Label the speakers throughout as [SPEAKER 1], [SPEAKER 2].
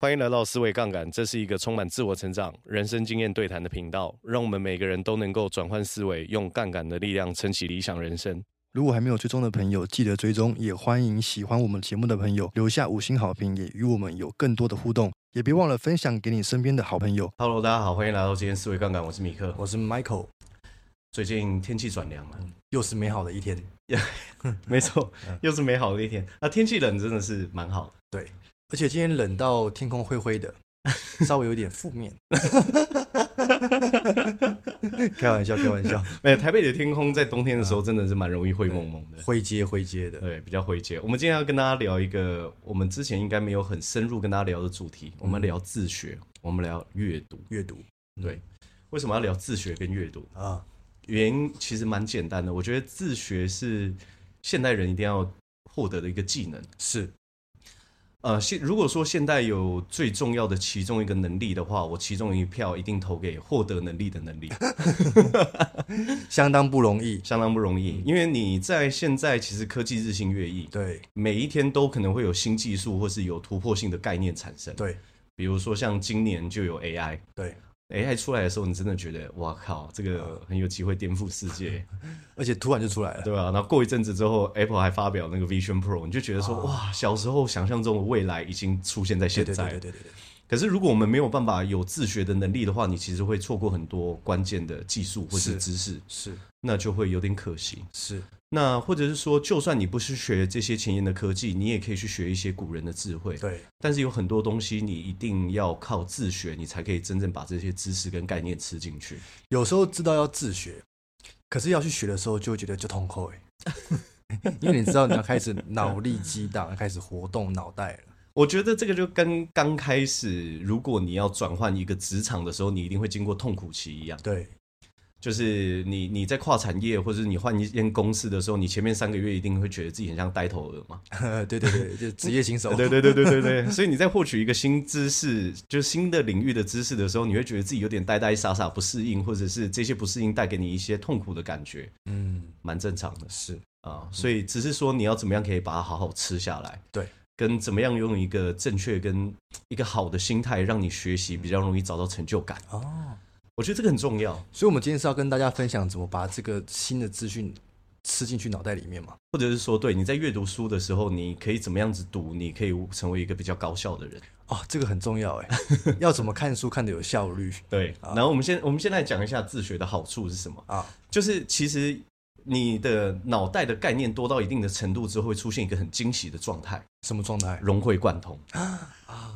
[SPEAKER 1] 欢迎来到思维杠杆，这是一个充满自我成长、人生经验对谈的频道，让我们每个人都能够转换思维，用杠杆的力量撑起理想人生。
[SPEAKER 2] 如果还没有追踪的朋友，记得追踪，也欢迎喜欢我们节目的朋友留下五星好评，也与我们有更多的互动，也别忘了分享给你身边的好朋友。
[SPEAKER 1] Hello，大家好，欢迎来到今天思维杠杆，我是米克。
[SPEAKER 2] 我是 Michael，
[SPEAKER 1] 最近天气转凉了，
[SPEAKER 2] 又是美好的一天。
[SPEAKER 1] 没错，又是美好的一天。嗯啊，天气冷真的是蛮好的。
[SPEAKER 2] 对，而且今天冷到天空灰灰 的，稍微有点负面。 开玩笑，开玩笑，
[SPEAKER 1] 哎，台北的天空在冬天的时候真的是蛮容易灰蒙蒙的。
[SPEAKER 2] 灰接灰接的。
[SPEAKER 1] 对，比较灰阶。我们今天要跟大家聊一个我们之前应该没有很深入跟大家聊的主题，我们聊自学，我们聊阅读。
[SPEAKER 2] 阅读
[SPEAKER 1] 对，为什么要聊自学跟阅读？
[SPEAKER 2] 啊，
[SPEAKER 1] 原因其实蛮简单的，我觉得自学是现代人一定要获得的一个技能。
[SPEAKER 2] 是
[SPEAKER 1] 呃，现如果说现代有最重要的其中一个能力的话，我其中一票一定投给获得能力的能 力，
[SPEAKER 2] 相当不容易。
[SPEAKER 1] 相当不容易。因为你在现在其实科技日新月异，
[SPEAKER 2] 对
[SPEAKER 1] 每一天都可能会有新技术或是有突破性的概念产生。
[SPEAKER 2] 对
[SPEAKER 1] 比如说像今年就有 AI。
[SPEAKER 2] 对，
[SPEAKER 1] AI 出来的时候，你真的觉得哇靠，这
[SPEAKER 2] 呃
[SPEAKER 1] 个很有机会颠覆世界。
[SPEAKER 2] 而且突然就出来了。
[SPEAKER 1] 对吧、然后过一阵子之后，Apple 还发表那个 Vision Pro，你就觉得说，哇，小时候想象中的未来已经出现在现
[SPEAKER 2] 啊对
[SPEAKER 1] 在
[SPEAKER 2] 对
[SPEAKER 1] 了。
[SPEAKER 2] 对对对对对，
[SPEAKER 1] 可是如果我们没有办法有自学的能力的话，你其实会错过很多关键的技术或是
[SPEAKER 2] 是
[SPEAKER 1] 知识，
[SPEAKER 2] 是
[SPEAKER 1] 那就会有点可惜。
[SPEAKER 2] 是，
[SPEAKER 1] 那或者是说，就算你不是学这些前沿的科技，你也可以去学一些古人的智慧。
[SPEAKER 2] 对
[SPEAKER 1] 但是有很多东西，你一定要靠自学，你才可以真正把这些知识跟概念吃进去。
[SPEAKER 2] 有时候知道要自学，可是要去学的时候就会觉得就痛苦哎， 因为你知道你要 开始脑力激荡，开始活动脑袋了。
[SPEAKER 1] 我觉得这个就跟刚开始，如果你要转换一个职场的时候，你一定会经过痛苦期一样。
[SPEAKER 2] 对
[SPEAKER 1] 就是你你在跨产业，或者是你换一间公司的时候，你前面三个月一定会觉得自己很像呆头鹅嘛。
[SPEAKER 2] 对对 对，就职业新手。
[SPEAKER 1] 对对对对对对， 所以你在获取一个新知识，就是新的领域的知识的时候，你会觉得自己有点呆呆傻傻不适应，或者是这些不适应带给你一些痛苦的感觉，
[SPEAKER 2] 嗯，
[SPEAKER 1] 蛮正常的
[SPEAKER 2] 是
[SPEAKER 1] 啊。所以只是说你要怎么样可以把它好好吃下来，
[SPEAKER 2] 嗯对，
[SPEAKER 1] 跟怎么样用一个正确跟一个好的心态，让你学习比较容易找到成就感。
[SPEAKER 2] 哦。
[SPEAKER 1] 我觉得这个很重要，
[SPEAKER 2] 所以，我们今天是要跟大家分享怎么把这个新的资讯吃进去脑袋里面嘛？
[SPEAKER 1] 或者是说，对你在阅读书的时候，你可以怎么样子读，你可以成为一个比较高效的人。
[SPEAKER 2] 哦，这个很重要 哎，要怎么看书看得有效率
[SPEAKER 1] 对，然后我们先我们先来讲一下自学的好处是什么。
[SPEAKER 2] 啊？
[SPEAKER 1] 就是其实你的脑袋的概念多到一定的程度之后，会出现一个很惊喜的状态，
[SPEAKER 2] 什么状态？
[SPEAKER 1] 融会贯通啊。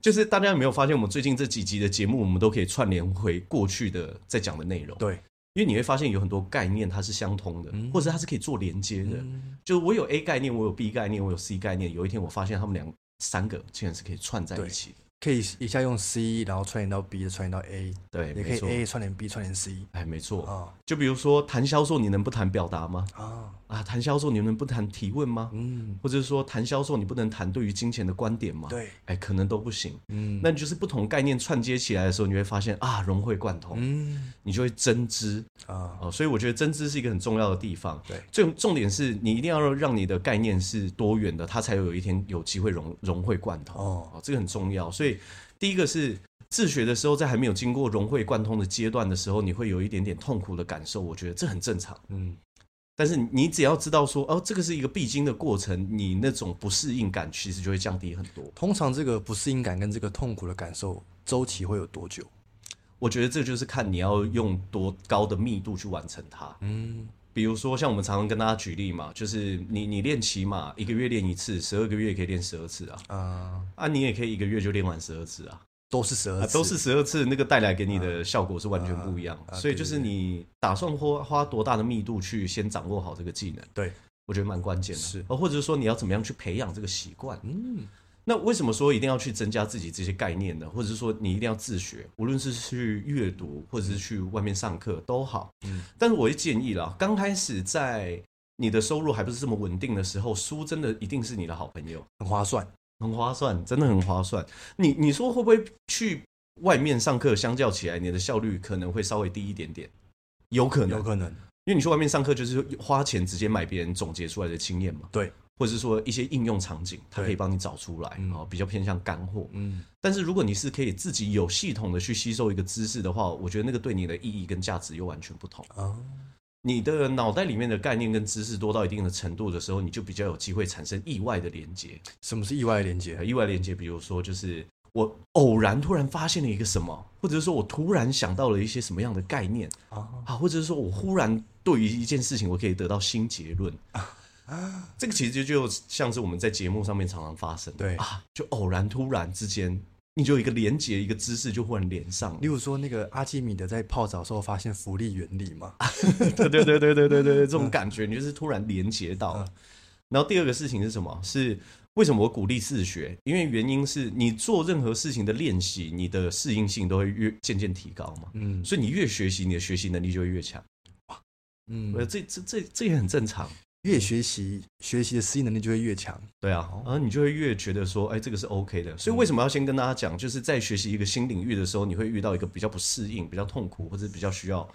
[SPEAKER 1] 就是大家有没有发现，我们最近这几集的节目，我们都可以串联回过去的在讲的内容。，
[SPEAKER 2] 对，
[SPEAKER 1] 因为你会发现有很多概念它是相通的，或者它是可以做连接的。
[SPEAKER 2] 嗯，
[SPEAKER 1] 就是我有 A 概念，我有 B 概念，我有 C 概念。有一天我发现他们两三个竟然是可以串在一起的。
[SPEAKER 2] 可以一下用 C，然后串联到 B，再串联到 A，
[SPEAKER 1] 对，
[SPEAKER 2] 也可
[SPEAKER 1] 没
[SPEAKER 2] 以
[SPEAKER 1] 错。
[SPEAKER 2] A 串联 B 串联 C
[SPEAKER 1] 哎，没错。
[SPEAKER 2] 啊
[SPEAKER 1] 就比如说谈销售，你能不谈表达吗？
[SPEAKER 2] 啊，
[SPEAKER 1] 啊，谈销售你能不谈提问吗？
[SPEAKER 2] 嗯，
[SPEAKER 1] 或者是说谈销售你不能谈对于金钱的观点吗？，
[SPEAKER 2] 对，
[SPEAKER 1] 哎，可能都不行。
[SPEAKER 2] 嗯
[SPEAKER 1] 那你就是不同概念串接起来的时候，你会发现啊，融会贯通，
[SPEAKER 2] 嗯
[SPEAKER 1] 你就会增知
[SPEAKER 2] 啊，
[SPEAKER 1] 哦。所以我觉得增知是一个很重要的地方。
[SPEAKER 2] 对
[SPEAKER 1] 最重点是你一定要让你的概念是多元的，它才有一天有机会融融会贯通
[SPEAKER 2] 哦
[SPEAKER 1] 哦，这个很重要。所以第一个是。自学的时候，在还没有经过融会贯通的阶段的时候，你会有一点点痛苦的感受，我觉得这很正常。
[SPEAKER 2] 嗯，
[SPEAKER 1] 但是你只要知道说，哦，这个是一个必经的过程，你那种不适应感其实就会降低很多。
[SPEAKER 2] 通常这个不适应感跟这个痛苦的感受周期会有多久？
[SPEAKER 1] 我觉得这就是看你要用多高的密度去完成它。
[SPEAKER 2] 嗯，
[SPEAKER 1] 比如说，像我们常常跟大家举例嘛，就是你你练骑马，一个月练一次，十二个月也可以练十二次啊，
[SPEAKER 2] 啊，
[SPEAKER 1] 啊，你也可以一个月就练完十二次啊，
[SPEAKER 2] 都是十二
[SPEAKER 1] 啊，
[SPEAKER 2] 次，
[SPEAKER 1] 都是十二次，那个带来给你的效果是完全不一样。
[SPEAKER 2] 啊啊
[SPEAKER 1] 所以就是你打算花花多大的密度去先掌握好这个技能，
[SPEAKER 2] 对，
[SPEAKER 1] 我觉得蛮关键的。
[SPEAKER 2] 是
[SPEAKER 1] 哦，或者是说你要怎么样去培养这个习惯？
[SPEAKER 2] 嗯，
[SPEAKER 1] 那为什么说一定要去增加自己这些概念呢？或者是说你一定要自学，无论是去阅读或者是去外面上课都好。
[SPEAKER 2] 嗯
[SPEAKER 1] 但是我会建议啦，刚开始在你的收入还不是这么稳定的时候，书真的一定是你的好朋友，
[SPEAKER 2] 很划算。
[SPEAKER 1] 很划算，真的很划算。你你说会不会去外面上课，相较起来你的效率可能会稍微低一点点？有可能，
[SPEAKER 2] 有可能，
[SPEAKER 1] 因为你去外面上课就是花钱直接买别人总结出来的经验嘛。
[SPEAKER 2] 对，
[SPEAKER 1] 或者是说一些应用场景，它可以帮你找出来，
[SPEAKER 2] 嗯
[SPEAKER 1] 哦，比较偏向干货。
[SPEAKER 2] 嗯，
[SPEAKER 1] 但是如果你是可以自己有系统的去吸收一个知识的话，我觉得那个对你的意义跟价值又完全不同。
[SPEAKER 2] 啊，
[SPEAKER 1] 你的脑袋里面的概念跟知识多到一定的程度的时候，你就比较有机会产生意外的连接。
[SPEAKER 2] 什么是意外的连接？
[SPEAKER 1] 呃意外连接，比如说就是我偶然突然发现了一个什么，或者是说我突然想到了一些什么样的概念
[SPEAKER 2] 啊，
[SPEAKER 1] 啊，或者是说我忽然对于一件事情我可以得到新结论。
[SPEAKER 2] 啊
[SPEAKER 1] 这个其实就像是我们在节目上面常常发生的，
[SPEAKER 2] 对
[SPEAKER 1] 啊，就偶然突然之间，你就有一个连接，一个知识就忽然连上了
[SPEAKER 2] 例。如说那个阿基米德在泡澡的时候发现浮力原理嘛，
[SPEAKER 1] 对对对对对对对，这
[SPEAKER 2] 嗯
[SPEAKER 1] 种感觉你就是突然连接到了。然后第二个事情是什么？是为什么我鼓励自学？因为原因是你做任何事情的练习，你的适应性都会越渐渐提高嘛。
[SPEAKER 2] 嗯
[SPEAKER 1] 所以你越学习，你的学习能力就会越强。呃，
[SPEAKER 2] 嗯，
[SPEAKER 1] 这这这这也很正常。
[SPEAKER 2] 越学习学习的适应能力就会越强，
[SPEAKER 1] 对啊，
[SPEAKER 2] 哦
[SPEAKER 1] 然后你就会越觉得说，哎，这个是 OK 的。
[SPEAKER 2] 嗯
[SPEAKER 1] 所以为什么要先跟大家讲，就是在学习一个新领域的时候，你会遇到一个比较不适应、比较痛苦，或者比较需要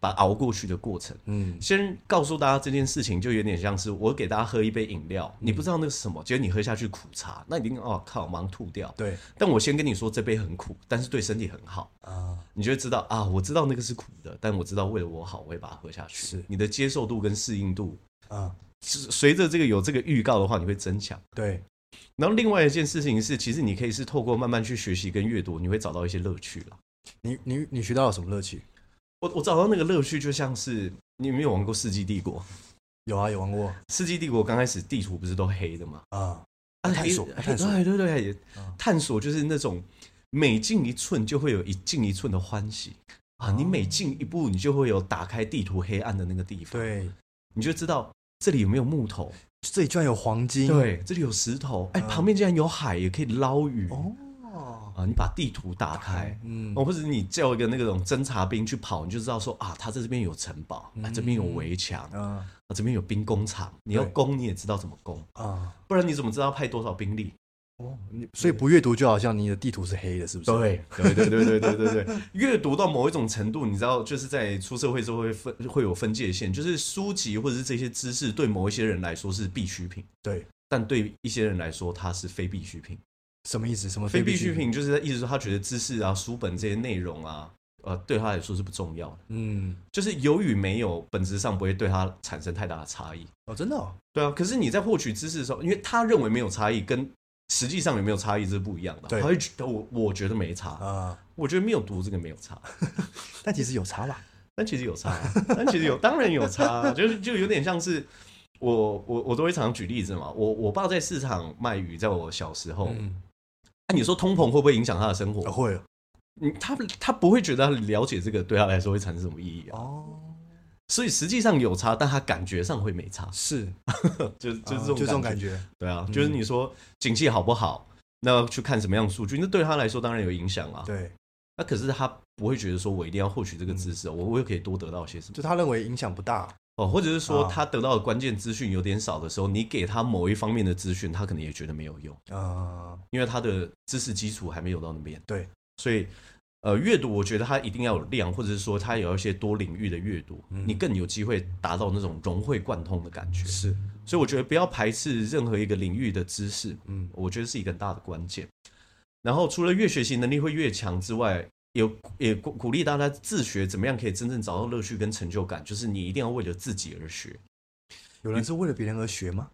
[SPEAKER 1] 把熬过去的过程。
[SPEAKER 2] 嗯，
[SPEAKER 1] 先告诉大家这件事情，就有点像是我给大家喝一杯饮料，
[SPEAKER 2] 嗯
[SPEAKER 1] 你不知道那个是什么，结果你喝下去苦茶，那一定哦靠，马上吐掉。
[SPEAKER 2] 对
[SPEAKER 1] 但我先跟你说，这杯很苦，但是对身体很好，
[SPEAKER 2] 啊，
[SPEAKER 1] 你就会知道啊，我知道那个是苦的，但我知道为了我好，我会把它喝下去。
[SPEAKER 2] 是
[SPEAKER 1] 你的接受度跟适应度，
[SPEAKER 2] 啊，
[SPEAKER 1] 是随着这个有这个预告的话，你会增强。
[SPEAKER 2] 对，
[SPEAKER 1] 然后另外一件事情是，其实你可以是透过慢慢去学习跟阅读，你会找到一些乐趣啦。
[SPEAKER 2] 你你你学到了什么乐趣？
[SPEAKER 1] 我我找到那个乐趣，就像是你有没有玩过《世纪帝国》？
[SPEAKER 2] 有啊，有玩过
[SPEAKER 1] 《世纪帝国》刚开始地图不是都黑的吗？
[SPEAKER 2] 啊，
[SPEAKER 1] 啊
[SPEAKER 2] 探索
[SPEAKER 1] 也
[SPEAKER 2] 探索
[SPEAKER 1] 对对对，也
[SPEAKER 2] 嗯
[SPEAKER 1] 探索就是那种每进一寸就会有一进一寸的欢喜啊！你
[SPEAKER 2] 哦
[SPEAKER 1] 每进一步，你就会有打开地图黑暗的那个地方，
[SPEAKER 2] 对，
[SPEAKER 1] 你就知道这里有没有木头，
[SPEAKER 2] 这里居然有黄金，，
[SPEAKER 1] 对，这里有石头，哎，
[SPEAKER 2] 嗯
[SPEAKER 1] 旁边竟然有海，也可以捞鱼
[SPEAKER 2] 哦，
[SPEAKER 1] 啊！你把地图打开。
[SPEAKER 2] 嗯
[SPEAKER 1] 哦，或者你叫一个那种侦察兵去跑，你就知道说啊，他在这边有城堡，啊，这边有围墙，啊，
[SPEAKER 2] 啊
[SPEAKER 1] 这边有兵工厂，你要
[SPEAKER 2] 对
[SPEAKER 1] 攻你也知道怎么攻，
[SPEAKER 2] 啊，
[SPEAKER 1] 不然你怎么知道派多少兵力？
[SPEAKER 2] 哦，你所以不阅读就好像你的地图是黑的，是不是？
[SPEAKER 1] 对对对对对对对 对，阅读到某一种程度，你知道，就是在出社会之后会分会有分界线，就是书籍或者是这些知识对某一些人来说是必需品，
[SPEAKER 2] 对，
[SPEAKER 1] 但对一些人来说它是非必需品。
[SPEAKER 2] 什么意思？什么
[SPEAKER 1] 非必
[SPEAKER 2] 必
[SPEAKER 1] 需
[SPEAKER 2] 需？
[SPEAKER 1] 品就是在意思说他觉得知识啊、书本这些内容啊，呃，对他来说是不重要的，
[SPEAKER 2] 嗯，
[SPEAKER 1] 就是有与没有，本质上不会对他产生太大的差异。
[SPEAKER 2] 哦，真的哦，
[SPEAKER 1] 对啊，可是你在获取知识的时候，因为他认为没有差异，跟实际上有没有差异这是不一样的。
[SPEAKER 2] 对
[SPEAKER 1] 他会觉得我我觉得没差，
[SPEAKER 2] 啊，
[SPEAKER 1] 我觉得没有读这个没有差。
[SPEAKER 2] 但其实有差吧？
[SPEAKER 1] 但其实有差、
[SPEAKER 2] 啊
[SPEAKER 1] 但其实有，当然有差、啊就是就有点像是我我我都会常常举例子嘛。我我爸在市场卖鱼，在我小时候，那、
[SPEAKER 2] 嗯，
[SPEAKER 1] 你说通膨会不会影响他的生活？
[SPEAKER 2] 哦会哦
[SPEAKER 1] 嗯他他不会觉得他了解这个对他来说会产生什么意义啊。
[SPEAKER 2] 哦，
[SPEAKER 1] 所以实际上有差，但他感觉上会没差，
[SPEAKER 2] 是，
[SPEAKER 1] 就就是
[SPEAKER 2] 啊
[SPEAKER 1] 这种、
[SPEAKER 2] 就这种
[SPEAKER 1] 感
[SPEAKER 2] 感
[SPEAKER 1] 觉。
[SPEAKER 2] 觉，嗯
[SPEAKER 1] 对啊，就是你说景气好不好，那去看什么样的数据，那对他来说当然有影响啊。
[SPEAKER 2] 对，嗯
[SPEAKER 1] 那可是他不会觉得说我一定要获取这个知识哦，我我又可以多得到些什么。
[SPEAKER 2] 就他认为影响不大，
[SPEAKER 1] 哦，或者是说
[SPEAKER 2] 啊
[SPEAKER 1] 他得到的关键资讯有点少的时候，你给他某一方面的资讯，他可能也觉得没有用，
[SPEAKER 2] 啊，
[SPEAKER 1] 因为他的知识基础还没有到那边。
[SPEAKER 2] 对，
[SPEAKER 1] 所以呃，阅读我觉得它一定要有量，或者是说它有一些多领域的阅读，
[SPEAKER 2] 嗯
[SPEAKER 1] 你更有机会达到那种融会贯通的感觉。
[SPEAKER 2] 是，
[SPEAKER 1] 所以我觉得不要排斥任何一个领域的知识，
[SPEAKER 2] 嗯
[SPEAKER 1] 我觉得是一个很大的关键。然后除了越学习能力会越强之外，也也鼓鼓励大家自学，怎么样可以真正找到乐趣跟成就感？就是你一定要为了自己而学。
[SPEAKER 2] 有人是为了别人而学吗？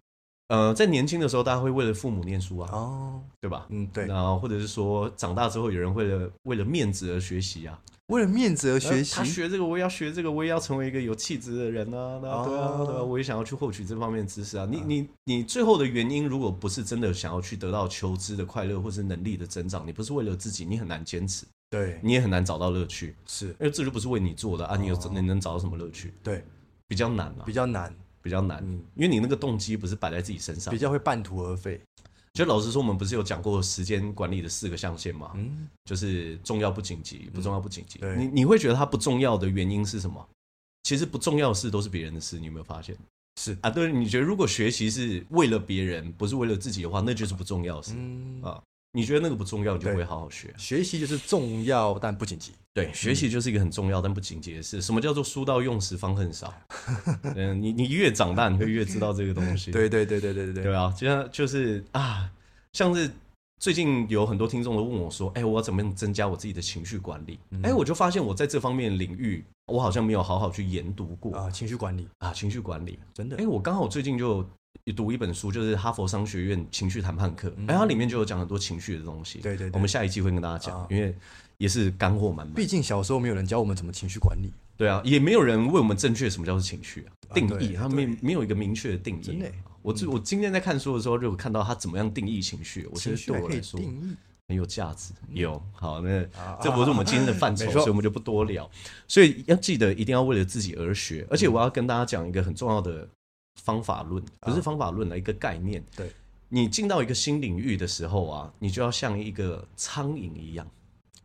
[SPEAKER 1] 呃，在年轻的时候，大家会为了父母念书啊，
[SPEAKER 2] 哦，
[SPEAKER 1] 对吧？
[SPEAKER 2] 嗯，对，
[SPEAKER 1] 然后或者是说，长大之后有人为了为了面子而学习啊，
[SPEAKER 2] 为了面子而学
[SPEAKER 1] 呃他
[SPEAKER 2] 习，
[SPEAKER 1] 学这个，我也要学这个，我也要成为一个有气质的人啊，对啊，
[SPEAKER 2] 哦嗯
[SPEAKER 1] 对啊，对啊，我也想要去获取这方面的知识啊。你你你最后的原因，如果不是真的想要去得到求知的快乐或是能力的增长，你不是为了自己，你很难坚持，
[SPEAKER 2] 对，
[SPEAKER 1] 你也很难找到乐趣，
[SPEAKER 2] 是，
[SPEAKER 1] 因为这就不是为你做的啊。你有你能找到什么乐趣？
[SPEAKER 2] 对，
[SPEAKER 1] 比较难啊
[SPEAKER 2] 哦比，较难，
[SPEAKER 1] 比较难，
[SPEAKER 2] 嗯
[SPEAKER 1] 因为你那个动机不是摆在自己身上
[SPEAKER 2] 比。较会半途而废，
[SPEAKER 1] 就老实说，我们不是有讲过时间管理的四个象限吗？
[SPEAKER 2] 嗯，
[SPEAKER 1] 就是重要不紧急，不重要不紧急。
[SPEAKER 2] 对
[SPEAKER 1] 你你会觉得它不重要的原因是什么？其实不重要的事都是别人的事，你有没有发现
[SPEAKER 2] 是，
[SPEAKER 1] 啊？对，你觉得如果学习是为了别人，不是为了自己的话，那就是不重要的事。
[SPEAKER 2] 嗯
[SPEAKER 1] 啊你觉得那个不重要，你就不会
[SPEAKER 2] 对嗯
[SPEAKER 1] 好好学。
[SPEAKER 2] 学习就是重要但不紧急。
[SPEAKER 1] 对，学习就是一个很重要但不紧急的事。什么叫做书到用时方恨 少？嗯，你你越长大，你会越知道这个东西。
[SPEAKER 2] 对对对对对对
[SPEAKER 1] 对
[SPEAKER 2] 对，
[SPEAKER 1] 啊，就像就是啊，像是最近有很多听众都问我说，哎、我要怎么样增加我自己的情绪管理？
[SPEAKER 2] 嗯
[SPEAKER 1] 哎、我就发现我在这方面领域，我好像没有好好去研读过
[SPEAKER 2] 啊，情绪管理
[SPEAKER 1] 啊，情绪管理。
[SPEAKER 2] 真的
[SPEAKER 1] 哎、我刚好最近就读一本书，就是哈佛商学院情绪谈判课，哎、它里面就有讲很多情绪的东西。
[SPEAKER 2] 嗯对对对
[SPEAKER 1] 我们下一季会跟大家讲，
[SPEAKER 2] 啊
[SPEAKER 1] 因为也是干货满满。
[SPEAKER 2] 毕竟小时候没有人教我们怎么情绪管理，
[SPEAKER 1] 对啊，也没有人为我们正确什么叫做情绪啊
[SPEAKER 2] 啊
[SPEAKER 1] 定义，
[SPEAKER 2] 对
[SPEAKER 1] 他没没有一个明确的定
[SPEAKER 2] 真
[SPEAKER 1] 义啊
[SPEAKER 2] 的耶。嗯
[SPEAKER 1] 我最我今天在看书的时候，就有看到他怎么样定义情绪，我觉
[SPEAKER 2] 情
[SPEAKER 1] 得
[SPEAKER 2] 绪
[SPEAKER 1] 对
[SPEAKER 2] 还
[SPEAKER 1] 我
[SPEAKER 2] 可以
[SPEAKER 1] 来说
[SPEAKER 2] 定义。
[SPEAKER 1] 很有价值。有好，那
[SPEAKER 2] 啊
[SPEAKER 1] 这不是我们今天的范畴，
[SPEAKER 2] 没错
[SPEAKER 1] 所以我们就不多聊。所以要记得一定要为了自己而学，而且我要跟大家讲一个很重要的方法论，
[SPEAKER 2] 啊
[SPEAKER 1] 不是方法论啊的一个概念。
[SPEAKER 2] 对，
[SPEAKER 1] 你进到一个新领域的时候啊，你就要像一个苍蝇一样。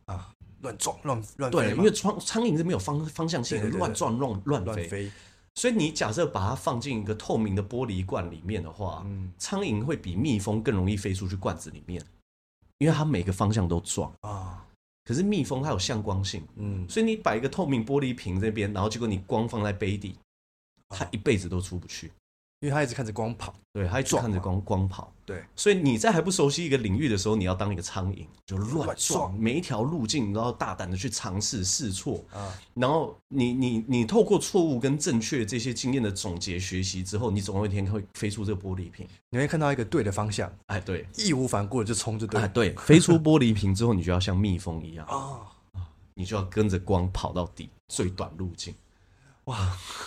[SPEAKER 2] 啊，乱撞乱乱
[SPEAKER 1] 对，
[SPEAKER 2] 飞
[SPEAKER 1] 因
[SPEAKER 2] 嘛
[SPEAKER 1] 为苍苍蝇是没有方方向性的，
[SPEAKER 2] 对对对
[SPEAKER 1] 乱撞乱乱
[SPEAKER 2] 乱
[SPEAKER 1] 飞。
[SPEAKER 2] 飞，
[SPEAKER 1] 所以你假设把它放进一个透明的玻璃罐里面的话，
[SPEAKER 2] 嗯
[SPEAKER 1] 苍蝇会比蜜蜂更容易飞出去罐子里面，因为它每个方向都撞。
[SPEAKER 2] 啊，
[SPEAKER 1] 可是蜜蜂它有向光性，
[SPEAKER 2] 嗯，
[SPEAKER 1] 所以你摆一个透明玻璃瓶这边，然后结果你光放在杯底，
[SPEAKER 2] 啊
[SPEAKER 1] 它一辈子都出不去。
[SPEAKER 2] 因为他一直看着光跑，
[SPEAKER 1] 对，它一直
[SPEAKER 2] 撞
[SPEAKER 1] 看着
[SPEAKER 2] 嘛
[SPEAKER 1] 光光跑。
[SPEAKER 2] 对，
[SPEAKER 1] 所以你在还不熟悉一个领域的时候，你要当一个苍蝇，就乱撞
[SPEAKER 2] 乱撞
[SPEAKER 1] 每一条路径，然后大胆的去尝试试错。
[SPEAKER 2] 啊，
[SPEAKER 1] 然后你你你透过错误跟正确这些经验的总结学习之后，你总有一天会飞出这个玻璃瓶。
[SPEAKER 2] 你会看到一个对的方向，
[SPEAKER 1] 哎，对，
[SPEAKER 2] 义无反顾的就冲就啊对
[SPEAKER 1] 哎
[SPEAKER 2] 了
[SPEAKER 1] 对，哦飞出玻璃瓶之后，你就要像蜜蜂 一样，
[SPEAKER 2] 啊，
[SPEAKER 1] 你就要跟着光跑到底，最短路径。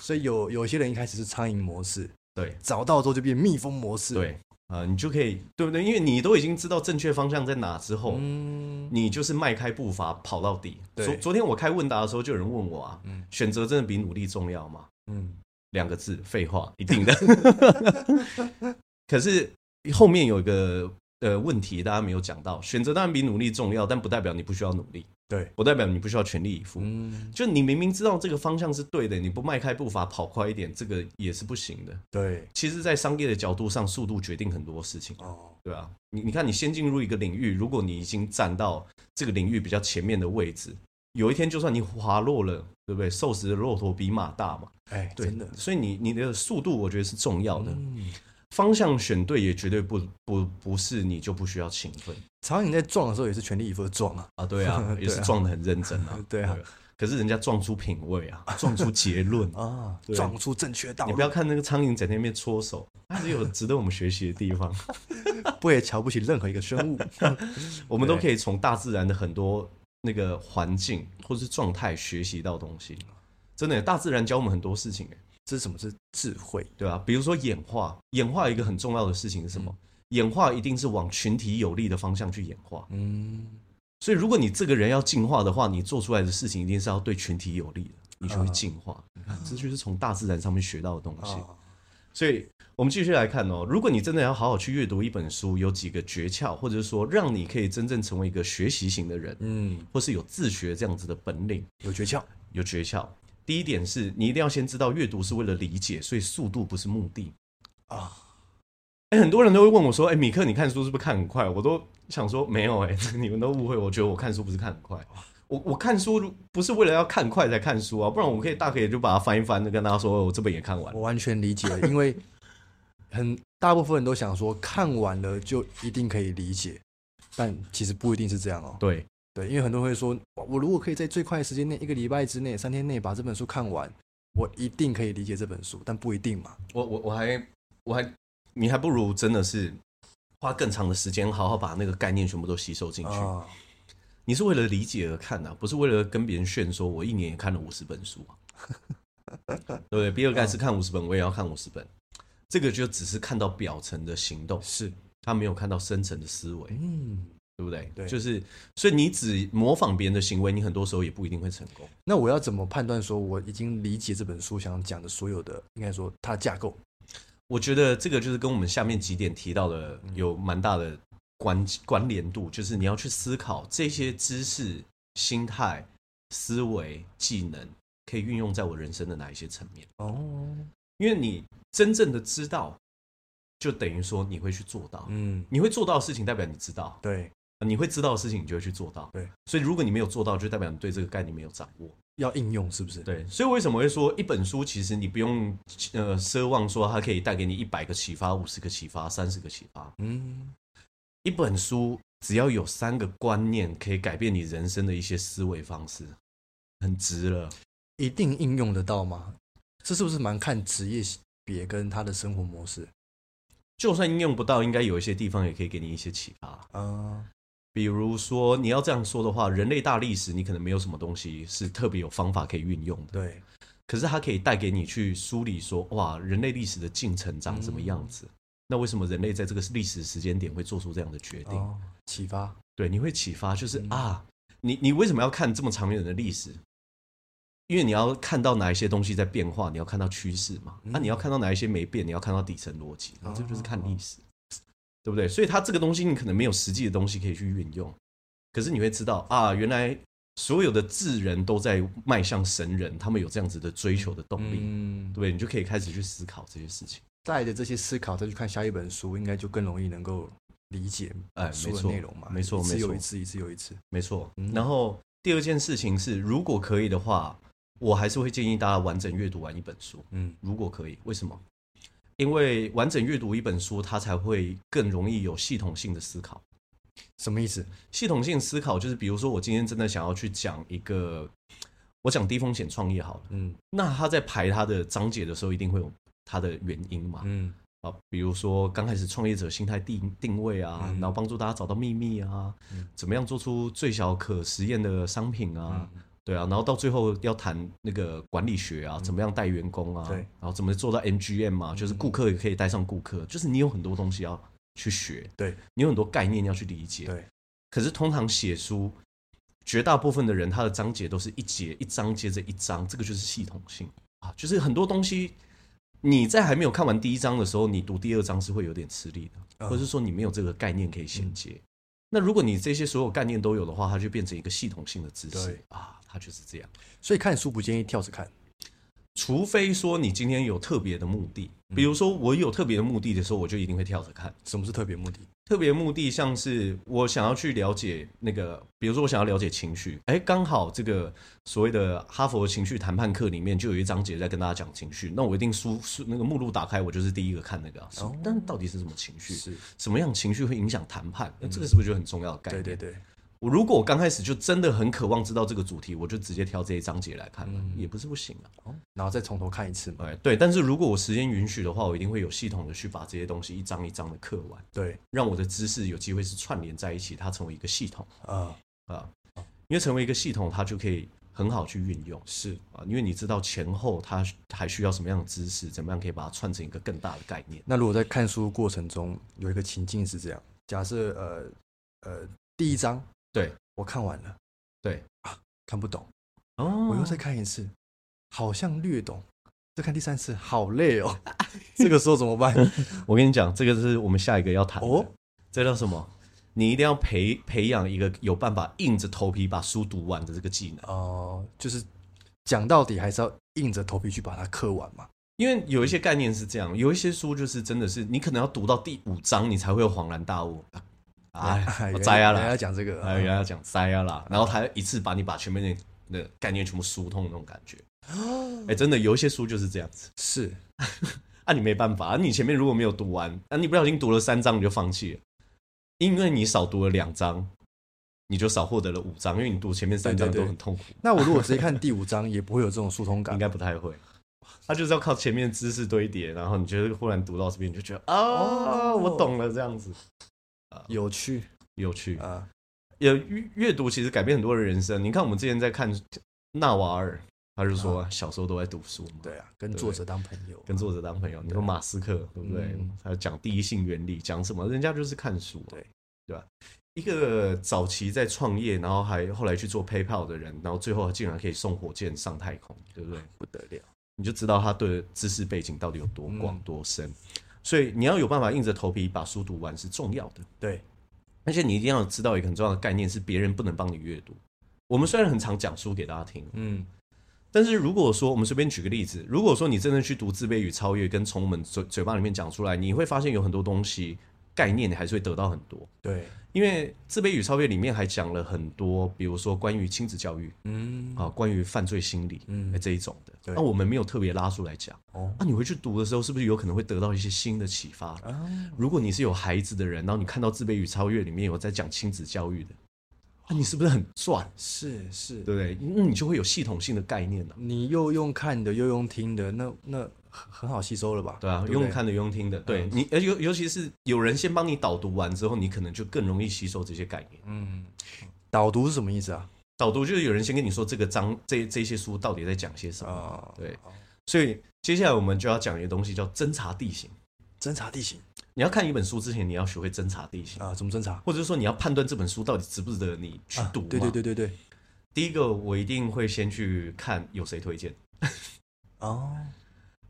[SPEAKER 2] 所以有有些人一开始是苍蝇模式，
[SPEAKER 1] 对
[SPEAKER 2] 找到之后就变蜜蜂模式，，
[SPEAKER 1] 对，啊、你就可以，对不对？因为你都已经知道正确方向在哪之后，
[SPEAKER 2] 嗯，
[SPEAKER 1] 你就是迈开步伐跑到底。
[SPEAKER 2] 对
[SPEAKER 1] 昨昨天我开问答的时候，就有人问我啊，选择真的比努力重要吗？
[SPEAKER 2] 嗯，
[SPEAKER 1] 两个字，废话，一定的。 可是后面有一个呃问题，大家没有讲到，选择当然比努力重要，但不代表你不需要努力，
[SPEAKER 2] 对，
[SPEAKER 1] 不代表你不需要全力以赴。
[SPEAKER 2] 嗯，
[SPEAKER 1] 就你明明知道这个方向是对的，你不迈开步伐跑快一点，这个也是不行的。
[SPEAKER 2] 对，
[SPEAKER 1] 其实，在商业的角度上，速度决定很多事情，
[SPEAKER 2] 哦，
[SPEAKER 1] 对啊，你你看，你先进入一个领域，如果你已经站到这个领域比较前面的位置，有一天就算你滑落了，对不对？瘦死的骆驼比马大嘛。
[SPEAKER 2] 哎，
[SPEAKER 1] 对
[SPEAKER 2] 真的，
[SPEAKER 1] 所以你你的速度我觉得是重要的，
[SPEAKER 2] 嗯，
[SPEAKER 1] 方向选对也绝对不不不是你就不需要勤奋
[SPEAKER 2] 苍蝇在撞的时候也是全力以赴的撞啊，
[SPEAKER 1] 啊，对啊
[SPEAKER 2] ，对啊
[SPEAKER 1] 也是撞得很认真啊，
[SPEAKER 2] 对啊
[SPEAKER 1] 可是人家撞出品味啊，撞出结 论啊，
[SPEAKER 2] 啊，撞出正确道
[SPEAKER 1] 你
[SPEAKER 2] 路
[SPEAKER 1] 不，要看那个苍蝇在那边搓手，它是有值得我们学习的地 方，
[SPEAKER 2] 不也瞧不起任何一个生 物，
[SPEAKER 1] 我们都可以从大自然的很多那个环境或是状态学习到东西，真的，大自然教我们很多事情、欸
[SPEAKER 2] 这是什么？是智慧，
[SPEAKER 1] 对啊，比如说演化，演化有一个很重要的事情是什么？
[SPEAKER 2] 嗯
[SPEAKER 1] 演化一定是往群体有利的方向去演化，
[SPEAKER 2] 嗯，
[SPEAKER 1] 所以如果你这个人要进化的话，你做出来的事情一定是要对群体有利的，你就会进化。你看这就是从大自然上面学到的东西。
[SPEAKER 2] 啊，
[SPEAKER 1] 所以我们继续来看哦，如果你真的要好好去阅读一本书，有几个诀窍，或者是说让你可以真正成为一个学习型的人，
[SPEAKER 2] 嗯，
[SPEAKER 1] 或是有自学这样子的本领，
[SPEAKER 2] 有诀窍，
[SPEAKER 1] 有诀窍。第一点是你一定要先知道阅读是为了理解，所以速度不是目的。
[SPEAKER 2] 啊，
[SPEAKER 1] 哎、很多人都会问我说：“哎、米克，你看书是不是看很快？”我都想说没有哎、 你们都误会，我觉得我看书不是看很快，我我看书如不是为了要看快才看书啊，不然我可以大可以就把它翻一翻，就跟大家说哦我这本也看完
[SPEAKER 2] 我。完全理解，因为很大部分人都想说看完了就一定可以理解，但其实不一定是这样哦。
[SPEAKER 1] 对
[SPEAKER 2] 对，因为很多人会说，哇我如果可以在最快的时间内，一个礼拜之内、三天内把这本书看完，我一定可以理解这本书，但不一定嘛。
[SPEAKER 1] 我我我还我还你还不如真的是花更长的时间，好好把那个概念全部都吸收进去。
[SPEAKER 2] 啊
[SPEAKER 1] 你是为了理解而看的、啊不是为了跟别人炫说我一年也看了五十本书、啊， 对不对？比尔盖茨看五十本，我也要看五十本。这个就只是看到表层的行动，
[SPEAKER 2] 是，
[SPEAKER 1] 他没有看到深层的思维，
[SPEAKER 2] 嗯，
[SPEAKER 1] 对不对？
[SPEAKER 2] 对
[SPEAKER 1] 就是所以你只模仿别人的行为，你很多时候也不一定会成功。
[SPEAKER 2] 那我要怎么判断说我已经理解这本书想讲的所有的，应该说它的架构？
[SPEAKER 1] 我觉得这个就是跟我们下面几点提到的有蛮大的关关联度，就是你要去思考这些知识、心态、思维、技能可以运用在我人生的哪一些层面。
[SPEAKER 2] 哦，
[SPEAKER 1] 因为你真正的知道，就等于说你会去做到，
[SPEAKER 2] 嗯，
[SPEAKER 1] 你会做到的事情代表你知道，
[SPEAKER 2] 对，
[SPEAKER 1] 你会知道的事情，你就会去做到。
[SPEAKER 2] 对，
[SPEAKER 1] 所以如果你没有做到，就代表你对这个概念没有掌握。
[SPEAKER 2] 要应用是不是？，
[SPEAKER 1] 对，所以为什么会说一本书其实你不用呃奢望说它可以带给你一百个启发、五十个启发、三十个启发，
[SPEAKER 2] 嗯，
[SPEAKER 1] 一本书只要有三个观念可以改变你人生的一些思维方式，很值了。
[SPEAKER 2] 一定应用得到吗？这是不是蛮看职业别跟他的生活模式？
[SPEAKER 1] 就算应用不到，应该有一些地方也可以给你一些启发。
[SPEAKER 2] 啊，
[SPEAKER 1] 比如说，你要这样说的话，人类大历史你可能没有什么东西是特别有方法可以运用的，
[SPEAKER 2] 对，
[SPEAKER 1] 可是它可以带给你去梳理说，哇，人类历史的进程长什么样子？那为什么人类在这个历史时间点会做出这样的决定？
[SPEAKER 2] 哦，启发，
[SPEAKER 1] 对，你会启发，就是、啊，你你为什么要看这么长远的历史？因为你要看到哪一些东西在变化，你要看到趋势嘛。那、你要看到哪一些没变，你要看到底层逻辑，然后这就是看历史，对不对？所以它这个东西你可能没有实际的东西可以去运用，可是你会知道啊，原来所有的智人都在迈向神人，他们有这样子的追求的动力，对
[SPEAKER 2] 嗯，
[SPEAKER 1] 不对？你就可以开始去思考这些事情。
[SPEAKER 2] 带着这些思考再去看下一本书，应该就更容易能够理解
[SPEAKER 1] 哎，没
[SPEAKER 2] 书的
[SPEAKER 1] 错
[SPEAKER 2] 内容嘛。，
[SPEAKER 1] 没错，
[SPEAKER 2] 一次
[SPEAKER 1] 没错
[SPEAKER 2] 又一，次，一次又一次。
[SPEAKER 1] 没错
[SPEAKER 2] 嗯。
[SPEAKER 1] 然后第二件事情是，如果可以的话，我还是会建议大家完整阅读完一本书。
[SPEAKER 2] 嗯，
[SPEAKER 1] 如果可以，为什么？因为完整阅读一本书，它才会更容易有系统性的思考。
[SPEAKER 2] 什么意思？
[SPEAKER 1] 系统性思考就是，比如说我今天真的想要去讲一个，我讲低风险创业好了，
[SPEAKER 2] 嗯
[SPEAKER 1] 那他在排他的章节的时候，一定会有它的原因嘛？
[SPEAKER 2] 嗯，
[SPEAKER 1] 啊，比如说刚开始创业者心态定定位啊，
[SPEAKER 2] 嗯
[SPEAKER 1] 然后帮助大家找到秘密啊，
[SPEAKER 2] 嗯
[SPEAKER 1] 怎么样做出最小可实验的商品啊，
[SPEAKER 2] 嗯
[SPEAKER 1] 对啊，然后到最后要谈那个管理学啊，怎么样带员工啊，
[SPEAKER 2] 嗯对嗯
[SPEAKER 1] 然后怎么做到 MGM 啊，就是顾客也可以带上顾客，就是你有很多东西要去学，
[SPEAKER 2] 对
[SPEAKER 1] 你有很多概念要去理解，
[SPEAKER 2] 对。
[SPEAKER 1] 可是通常写书，绝大部分的人他的章节都是一节一章接着一章，这个就是系统性啊，就是很多东西你在还没有看完第一章的时候，你读第二章是会有点吃力的，
[SPEAKER 2] 嗯
[SPEAKER 1] 或者是说你没有这个概念可以衔接。那如果你这些所有概念都有的话，它就变成一个系统性的知识
[SPEAKER 2] 对
[SPEAKER 1] 啊，它就是这样。
[SPEAKER 2] 所以看书不建议跳着看。
[SPEAKER 1] 除非说你今天有特别的目的，
[SPEAKER 2] 嗯
[SPEAKER 1] 比如说我有特别的目的的时候，我就一定会跳着看。
[SPEAKER 2] 什么是特别目的？
[SPEAKER 1] 特别目的像是我想要去了解那个，比如说我想要了解情绪，哎，刚好这个所谓的哈佛情绪谈判课里面就有一章节在跟大家讲情绪，那我一定书书那个目录打开，我就是第一个看那个、啊。
[SPEAKER 2] 哦
[SPEAKER 1] 但到底是什么情绪？
[SPEAKER 2] 是，嗯
[SPEAKER 1] 什么样情绪会影响谈判？那这个是不是就很重要的概
[SPEAKER 2] 对
[SPEAKER 1] 念？
[SPEAKER 2] 对对，
[SPEAKER 1] 我如果我刚开始就真的很渴望知道这个主题，我就直接挑这一章节来看了，
[SPEAKER 2] 嗯
[SPEAKER 1] 也不是不行啊。
[SPEAKER 2] 然后再从头看一次嘛。
[SPEAKER 1] 哎，对，但是如果我时间允许的话，我一定会有系统的去把这些东西一章一章的刻完，
[SPEAKER 2] 对，
[SPEAKER 1] 让我的知识有机会是串联在一起，它成为一个系统
[SPEAKER 2] 啊，
[SPEAKER 1] 啊。因为成为一个系统，它就可以很好去运用
[SPEAKER 2] 是，
[SPEAKER 1] 啊。因为你知道前后它还需要什么样的知识，怎么样可以把它串成一个更大的概念。
[SPEAKER 2] 那如果在看书过程中有一个情境是这样，假设呃呃第一章
[SPEAKER 1] 对
[SPEAKER 2] 我看完了，
[SPEAKER 1] 对，
[SPEAKER 2] 看不懂，
[SPEAKER 1] 哦
[SPEAKER 2] 我又再看一次，好像略懂，再看第三次，好累哦，这个时候怎么办？
[SPEAKER 1] 我跟你讲，这个是我们下一个要谈的。
[SPEAKER 2] 哦
[SPEAKER 1] 这叫什么？你一定要培培养一个有办法硬着头皮把书读完的这个技能，
[SPEAKER 2] 哦，就是讲到底还是要硬着头皮去把它刻完嘛。
[SPEAKER 1] 因为有一些概念是这样，有一些书就是真的是你可能要读到第五章，你才会有恍然大悟。 哎，我栽啊
[SPEAKER 2] 原来要
[SPEAKER 1] 啦，
[SPEAKER 2] 讲这个，嗯
[SPEAKER 1] 哎，原来要讲栽啊啦，然后他一次把你把前面的的概念全部疏通的那种感觉。哎，真的有一些书就是这样子，
[SPEAKER 2] 是
[SPEAKER 1] 啊，你没办法，啊、你前面如果没有读完，啊，你不小心读了三章你就放弃了，因为你少读了两章，你就少获得了五章，因为你读前面三章
[SPEAKER 2] 对
[SPEAKER 1] 都
[SPEAKER 2] 对啊对
[SPEAKER 1] 很痛苦，
[SPEAKER 2] 那我如果直接看第五章，也不会有这种疏通感
[SPEAKER 1] 应。该不太会。他就是要靠前面知识堆叠，然后你觉得忽然读到这边，你就觉得啊、
[SPEAKER 2] 哦
[SPEAKER 1] 我懂了，这样子
[SPEAKER 2] 有趣
[SPEAKER 1] 有趣。
[SPEAKER 2] 啊，
[SPEAKER 1] 也呃阅阅读其实改变很多人的人生。你看我们之前在看纳瓦尔，他就说、小时候都在读书嘛，
[SPEAKER 2] 啊对啊，跟作者当朋友，
[SPEAKER 1] 跟作者当朋友。你说马斯克对不对？
[SPEAKER 2] 嗯
[SPEAKER 1] 他讲第一性原理，讲什么？人家就是看书、
[SPEAKER 2] 对
[SPEAKER 1] 对吧？一个早期在创业，然后还后来去做 PayPal 的人，然后最后竟然可以送火箭上太空，对不对？
[SPEAKER 2] 不得了。
[SPEAKER 1] 你就知道他对知识背景到底有多广
[SPEAKER 2] 嗯
[SPEAKER 1] 多深。所以你要有办法硬着头皮把书读完是重要的。
[SPEAKER 2] 对，
[SPEAKER 1] 而且你一定要知道一个很重要的概念，是别人不能帮你阅读。我们虽然很常讲书给大家听，
[SPEAKER 2] 嗯，
[SPEAKER 1] 但是如果说我们随便举个例子，如果说你真的去读《自卑与超越》，跟从我们嘴嘴巴里面讲出来，你会发现有很多东西概念，你还是会得到很多。
[SPEAKER 2] 对，
[SPEAKER 1] 因为自卑与超越里面还讲了很多，比如说关于亲子教育
[SPEAKER 2] 嗯，
[SPEAKER 1] 啊，关于犯罪心理，嗯，
[SPEAKER 2] 嗯
[SPEAKER 1] 这一种的。
[SPEAKER 2] 对
[SPEAKER 1] 那、我们没有特别拉出来讲。啊
[SPEAKER 2] 哦
[SPEAKER 1] 那、你回去读的时候，是不是有可能会得到一些新的启发？
[SPEAKER 2] 啊，
[SPEAKER 1] 如果你是有孩子的人，然后你看到《自卑与超越》里面有在讲亲子教育的，那、你是不是很赚？
[SPEAKER 2] 是是，
[SPEAKER 1] 对不对？那你就会有系统性的概念了、
[SPEAKER 2] 你又用看的，又用听的，那那很很好吸收了吧？
[SPEAKER 1] 对啊，
[SPEAKER 2] 不
[SPEAKER 1] 用看的，用听的，对
[SPEAKER 2] 嗯
[SPEAKER 1] 你，而尤尤其是有人先帮你导读完之后，你可能就更容易吸收这些概念。
[SPEAKER 2] 嗯，导读是什么意思啊？
[SPEAKER 1] 导读就是有人先跟你说这个章这这些书到底在讲些什么，
[SPEAKER 2] 啊，
[SPEAKER 1] 对
[SPEAKER 2] 好，
[SPEAKER 1] 所以接下来我们就要讲一个东西叫侦查地形。
[SPEAKER 2] 侦查地形
[SPEAKER 1] 你要看一本书之前，你要学会侦查地形，
[SPEAKER 2] 啊，怎么侦查？啊
[SPEAKER 1] 或者说你要判断这本书到底值不值得你去读、
[SPEAKER 2] 对对，对对对，
[SPEAKER 1] 第一个我一定会先去看有谁推荐，
[SPEAKER 2] 哦，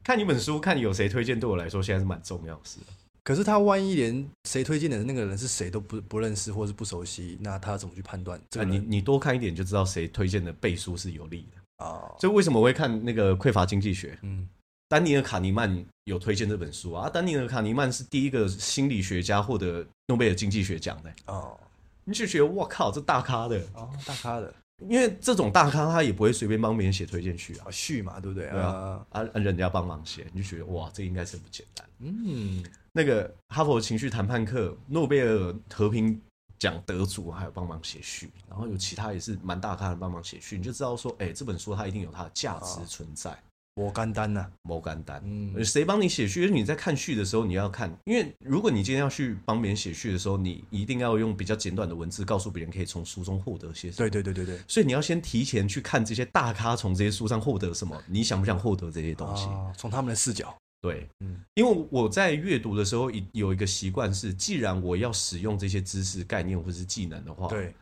[SPEAKER 1] 看一本书，看有谁推荐，对我来说现在是蛮重要的事。
[SPEAKER 2] 可是他万一连谁推荐的那个人是谁都不不认识，或是不熟悉，那他怎么去判断这
[SPEAKER 1] 那
[SPEAKER 2] 个
[SPEAKER 1] 你
[SPEAKER 2] 人
[SPEAKER 1] 啊你多看一点就知道谁推荐的背书是有利的。
[SPEAKER 2] 啊？
[SPEAKER 1] 所以为什么我会看那个《匮乏经济学》？
[SPEAKER 2] 嗯，
[SPEAKER 1] 丹尼尔·卡尼曼有推荐这本书啊。啊丹尼尔·卡尼曼是第一个心理学家获得诺贝尔经济学奖的、
[SPEAKER 2] 哦，
[SPEAKER 1] 你就觉得我靠，这大咖的，
[SPEAKER 2] 哦，大咖的
[SPEAKER 1] 因为这种大咖他也不会随便帮别人写推荐序啊
[SPEAKER 2] 啊，序嘛，对不对？
[SPEAKER 1] 对啊，啊，啊人家帮忙写，你就觉得哇，这应该是不简单。
[SPEAKER 2] 嗯，
[SPEAKER 1] 那个哈佛情绪谈判课诺贝尔和平奖得主还有帮忙写序，然后有其他也是蛮大咖的帮忙写序，你就知道说，哎、这本书它一定有它的价值存在。
[SPEAKER 2] 我干单呐，
[SPEAKER 1] 某干单，
[SPEAKER 2] 啊嗯
[SPEAKER 1] 谁帮你写序？因为你在看序的时候，你要看，因为如果你今天要去帮别人写序的时候，你一定要用比较简短的文字告诉别人可以从书中获得些什么。
[SPEAKER 2] 对对对对对，
[SPEAKER 1] 所以你要先提前去看这些大咖从这些书上获得什么，你想不想获得这些东西？
[SPEAKER 2] 啊，从他们的视角，
[SPEAKER 1] 对，
[SPEAKER 2] 嗯
[SPEAKER 1] 因为我在阅读的时候一有一个习惯是，既然我要使用这些知识、概念或是技能的话，
[SPEAKER 2] 对，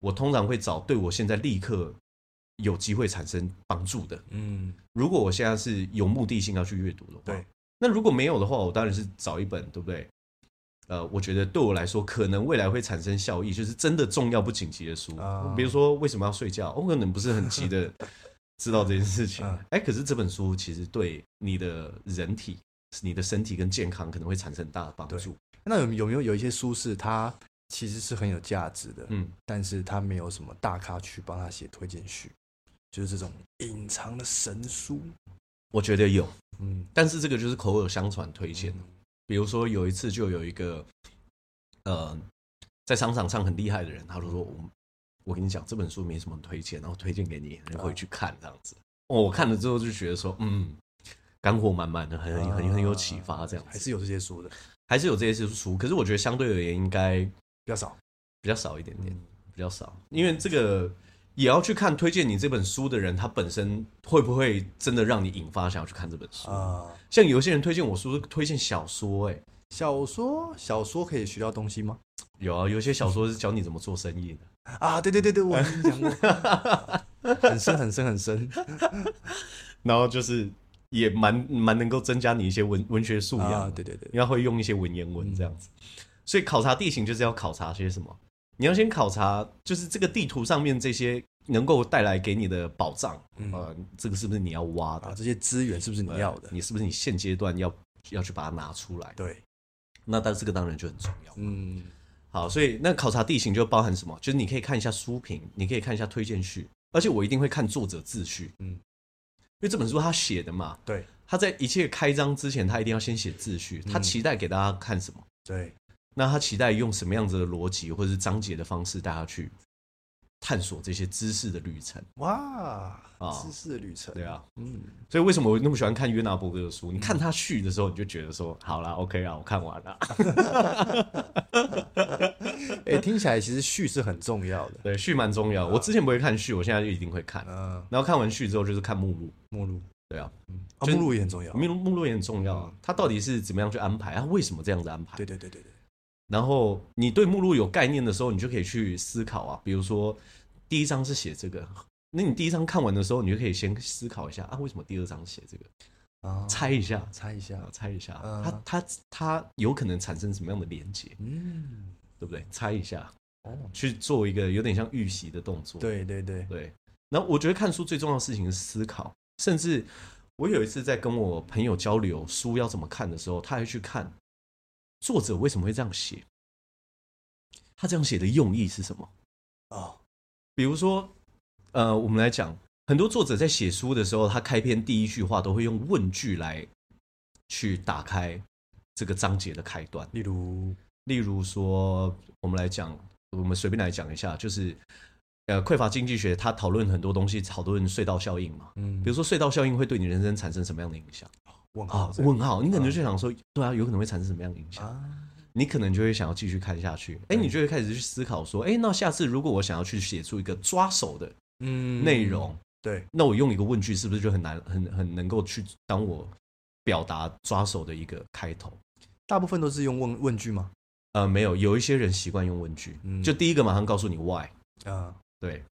[SPEAKER 1] 我通常会找对我现在立刻有机会产生帮助的。
[SPEAKER 2] 嗯，
[SPEAKER 1] 如果我现在是有目的性要去阅读的话，
[SPEAKER 2] 对，
[SPEAKER 1] 那如果没有的话，我当然是找一本，对不对？呃，我觉得对我来说，可能未来会产生效益，就是真的重要不紧急的书，
[SPEAKER 2] 啊
[SPEAKER 1] 比如说为什么要睡觉，哦我可能不是很急 的知道这件事情。
[SPEAKER 2] 嗯
[SPEAKER 1] 哎、可是这本书其实对你的人体、你的身体跟健康可能会产生很大的帮助。
[SPEAKER 2] 那有有没有有一些书是它其实是很有价值的，
[SPEAKER 1] 嗯，
[SPEAKER 2] 但是他没有什么大咖去帮他写推荐序，就是这种隐藏的神书，
[SPEAKER 1] 我觉得有，
[SPEAKER 2] 嗯，
[SPEAKER 1] 但是这个就是口耳相传推荐的。比如说有一次就有一个，呃，在商场上很厉害的人，他就说我我跟你讲这本书没什么推荐，然后推荐给你，你
[SPEAKER 2] 嗯
[SPEAKER 1] 回去看这样子。哦，我看了之后就觉得说，嗯，干货满满的，很很很很有启发这样
[SPEAKER 2] 嗯还
[SPEAKER 1] 子。
[SPEAKER 2] 是有这些书的，
[SPEAKER 1] 还是有这些书，可是我觉得相对而言应该
[SPEAKER 2] 比较少，
[SPEAKER 1] 比较少一点点，比较少，因为这个也要去看推荐你这本书的人，他本身会不会真的让你引发想要去看这本书。
[SPEAKER 2] 啊。
[SPEAKER 1] 像有些人推荐我书，推荐小说、欸，哎，
[SPEAKER 2] 小说，小说可以学到东西吗？
[SPEAKER 1] 有啊，有些小说是教你怎么做生意的。
[SPEAKER 2] 啊，对对对对，我跟你讲 过，很深很深很深
[SPEAKER 1] 然后就是也蛮蛮能够增加你一些文文学素养的，
[SPEAKER 2] 啊，对对对，
[SPEAKER 1] 你要会用一些文言文这样子。所以考察地形就是要考察些什么？你要先考察，就是这个地图上面这些能够带来给你的宝藏，
[SPEAKER 2] 嗯
[SPEAKER 1] 呃，这个是不是你要挖的？
[SPEAKER 2] 啊，这些资源是不是你要的？
[SPEAKER 1] 你是不是你现阶段要要去把它拿出来？
[SPEAKER 2] 对，
[SPEAKER 1] 那但这个当然就很重要。
[SPEAKER 2] 嗯，
[SPEAKER 1] 好，所以那考察地形就包含什么？就是你可以看一下书评，你可以看一下推荐序，而且我一定会看作者自序，嗯，
[SPEAKER 2] 嗯
[SPEAKER 1] 因为这本书他写的嘛，
[SPEAKER 2] 对
[SPEAKER 1] 他在一切开张之前，他一定要先写秩序，
[SPEAKER 2] 嗯
[SPEAKER 1] 他期待给大家看什么，
[SPEAKER 2] 对，
[SPEAKER 1] 那他期待用什么样子的逻辑或者是章节的方式，大家去探索这些知识的旅程。
[SPEAKER 2] 哇
[SPEAKER 1] 啊，
[SPEAKER 2] 知识的旅程，
[SPEAKER 1] 对，啊，
[SPEAKER 2] 嗯，
[SPEAKER 1] 所以为什么我那么喜欢看约拿伯格的书？你看他序的时候，你就觉得说，好啦 o、k 啊，我看完 了。
[SPEAKER 2] 哎，听起来其实序是很重要 的，
[SPEAKER 1] 对，序蛮重要。我之前不会看序，我现在就一定会看。
[SPEAKER 2] 嗯，
[SPEAKER 1] 然后看完序之后，就是看目录。
[SPEAKER 2] 目录，
[SPEAKER 1] 对啊，
[SPEAKER 2] 嗯啊，
[SPEAKER 1] 就是
[SPEAKER 2] 目录也很重要，
[SPEAKER 1] 目录目录也很重要啊。他到底是怎么样去安排？他为什么这样子安排？
[SPEAKER 2] 嗯对对对对对，
[SPEAKER 1] 然后你对目录有概念的时候，你就可以去思考啊，比如说第一章是写这个，那你第一章看完的时候，你就可以先思考一下啊，为什么第二章写这个？
[SPEAKER 2] 啊，
[SPEAKER 1] 猜一下，
[SPEAKER 2] 猜一下
[SPEAKER 1] 啊，猜一下，
[SPEAKER 2] 嗯
[SPEAKER 1] 它它它有可能产生什么样的连接，
[SPEAKER 2] 嗯，
[SPEAKER 1] 对不对？猜一下，
[SPEAKER 2] 哦，
[SPEAKER 1] 去做一个有点像预习的动作。
[SPEAKER 2] 对对对，
[SPEAKER 1] 对。然后我觉得看书最重要的事情是思考，甚至我有一次在跟我朋友交流书要怎么看的时候，他还去看作者为什么会这样写？他这样写的用意是什么？
[SPEAKER 2] 哦，
[SPEAKER 1] 比如说，呃，我们来讲，很多作者在写书的时候，他开篇第一句话都会用问句来去打开这个章节的开端。
[SPEAKER 2] 例如
[SPEAKER 1] 例如说，我们来讲，我们随便来讲一下，就是呃，匮乏经济学，它讨论很多东西，讨论隧道效应嘛。
[SPEAKER 2] 嗯，
[SPEAKER 1] 比如说，隧道效应会对你人生产生什么样的影响
[SPEAKER 2] 问
[SPEAKER 1] 啊
[SPEAKER 2] 号？这样
[SPEAKER 1] 问号，你可能就想说，对啊，有可能会产生什么样的影响？
[SPEAKER 2] 哦嗯啊，嗯
[SPEAKER 1] 你可能就会想要继续看下去。哎，你就会开始去思考说，哎，那下次如果我想要去写出一个抓手的
[SPEAKER 2] 嗯
[SPEAKER 1] 内容，
[SPEAKER 2] 对，
[SPEAKER 1] 那我用一个问句是不是就很难、很很能够去当我表达抓手的一个开头？
[SPEAKER 2] 大部分都是用问问句嘛，
[SPEAKER 1] 呃，没有，有一些人习惯用问句，
[SPEAKER 2] 嗯
[SPEAKER 1] 就第一个马上告诉你 why。
[SPEAKER 2] 啊，
[SPEAKER 1] 对，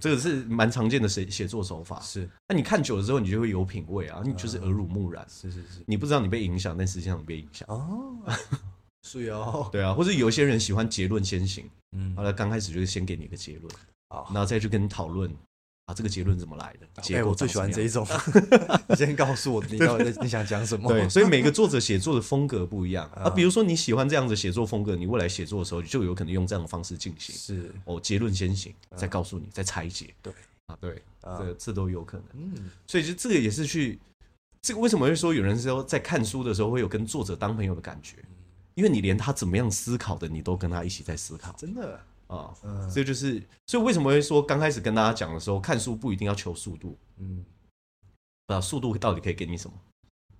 [SPEAKER 1] 这个是蛮常见的写写作手法。
[SPEAKER 2] 是
[SPEAKER 1] 那你看久了之后，你就会有品味啊，你就是耳濡目染。
[SPEAKER 2] 是是是，
[SPEAKER 1] 你不知道你被影响，但实际上你被影响。
[SPEAKER 2] 哦， 是哦，
[SPEAKER 1] 对啊，或者有些人喜欢结论先行，
[SPEAKER 2] 嗯
[SPEAKER 1] 好，了，刚开始就是先给你一个结论，
[SPEAKER 2] 好
[SPEAKER 1] 然后再去跟你讨论啊，这个结论怎么来的？
[SPEAKER 2] 哎、
[SPEAKER 1] 结果
[SPEAKER 2] 我最
[SPEAKER 1] 长
[SPEAKER 2] 喜欢
[SPEAKER 1] 什
[SPEAKER 2] 这
[SPEAKER 1] 么
[SPEAKER 2] 一
[SPEAKER 1] 样
[SPEAKER 2] 种。 你先告诉我你到底在你想讲什么？
[SPEAKER 1] 对，所以每个作者写作的风格不一样啊。
[SPEAKER 2] 啊
[SPEAKER 1] 比如说你喜欢这样子写作风格，你未来写作的时候就有可能用这样的方式进行。
[SPEAKER 2] 是
[SPEAKER 1] 哦，结论先行，再告诉你，再拆解。
[SPEAKER 2] 啊对
[SPEAKER 1] 啊，对，
[SPEAKER 2] 啊
[SPEAKER 1] 这这都有可能。
[SPEAKER 2] 嗯
[SPEAKER 1] 所以就这个也是去，这个为什么会说有人说在看书的时候会有跟作者当朋友的感觉？因为你连他怎么样思考的，你都跟他一起在思考
[SPEAKER 2] 真的
[SPEAKER 1] 啊。
[SPEAKER 2] 嗯
[SPEAKER 1] 这就是，所以为什么会说刚开始跟大家讲的时候，看书不一定要求速度，
[SPEAKER 2] 嗯
[SPEAKER 1] 啊，速度到底可以给你什么？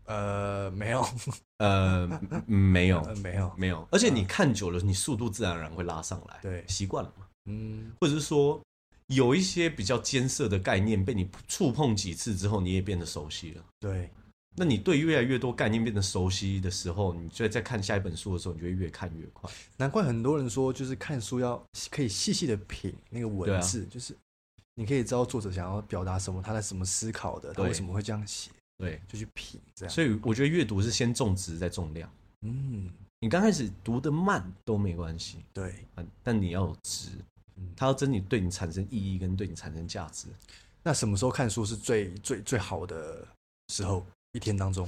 [SPEAKER 2] 呃没有
[SPEAKER 1] 呃，嗯没有，
[SPEAKER 2] 呃没有
[SPEAKER 1] 没有，而且你看久了，你速度自然而然会拉上来，
[SPEAKER 2] 对
[SPEAKER 1] 习惯了嘛。
[SPEAKER 2] 嗯
[SPEAKER 1] 或者是说，有一些比较艰涩的概念被你触碰几次之后，你也变得熟悉了。
[SPEAKER 2] 对
[SPEAKER 1] 那你对越来越多概念变得熟悉的时候，你就在看下一本书的时候，你就会越看越快。
[SPEAKER 2] 难怪很多人说就是看书要可以细细的品那个
[SPEAKER 1] 对啊
[SPEAKER 2] 文字，就是你可以知道作者想要表达什么，他在怎么思考的，他
[SPEAKER 1] 对
[SPEAKER 2] 为什么会这样写，
[SPEAKER 1] 对，
[SPEAKER 2] 就去品这样。
[SPEAKER 1] 所以我觉得阅读是先种植再重量。
[SPEAKER 2] 嗯，
[SPEAKER 1] 你刚开始读得慢都没关系，
[SPEAKER 2] 对。
[SPEAKER 1] 嗯但你要有值
[SPEAKER 2] 嗯，
[SPEAKER 1] 它要真的对你产生意义跟对你产生价值。
[SPEAKER 2] 那什么时候看书是最最最好的时候？一天当中，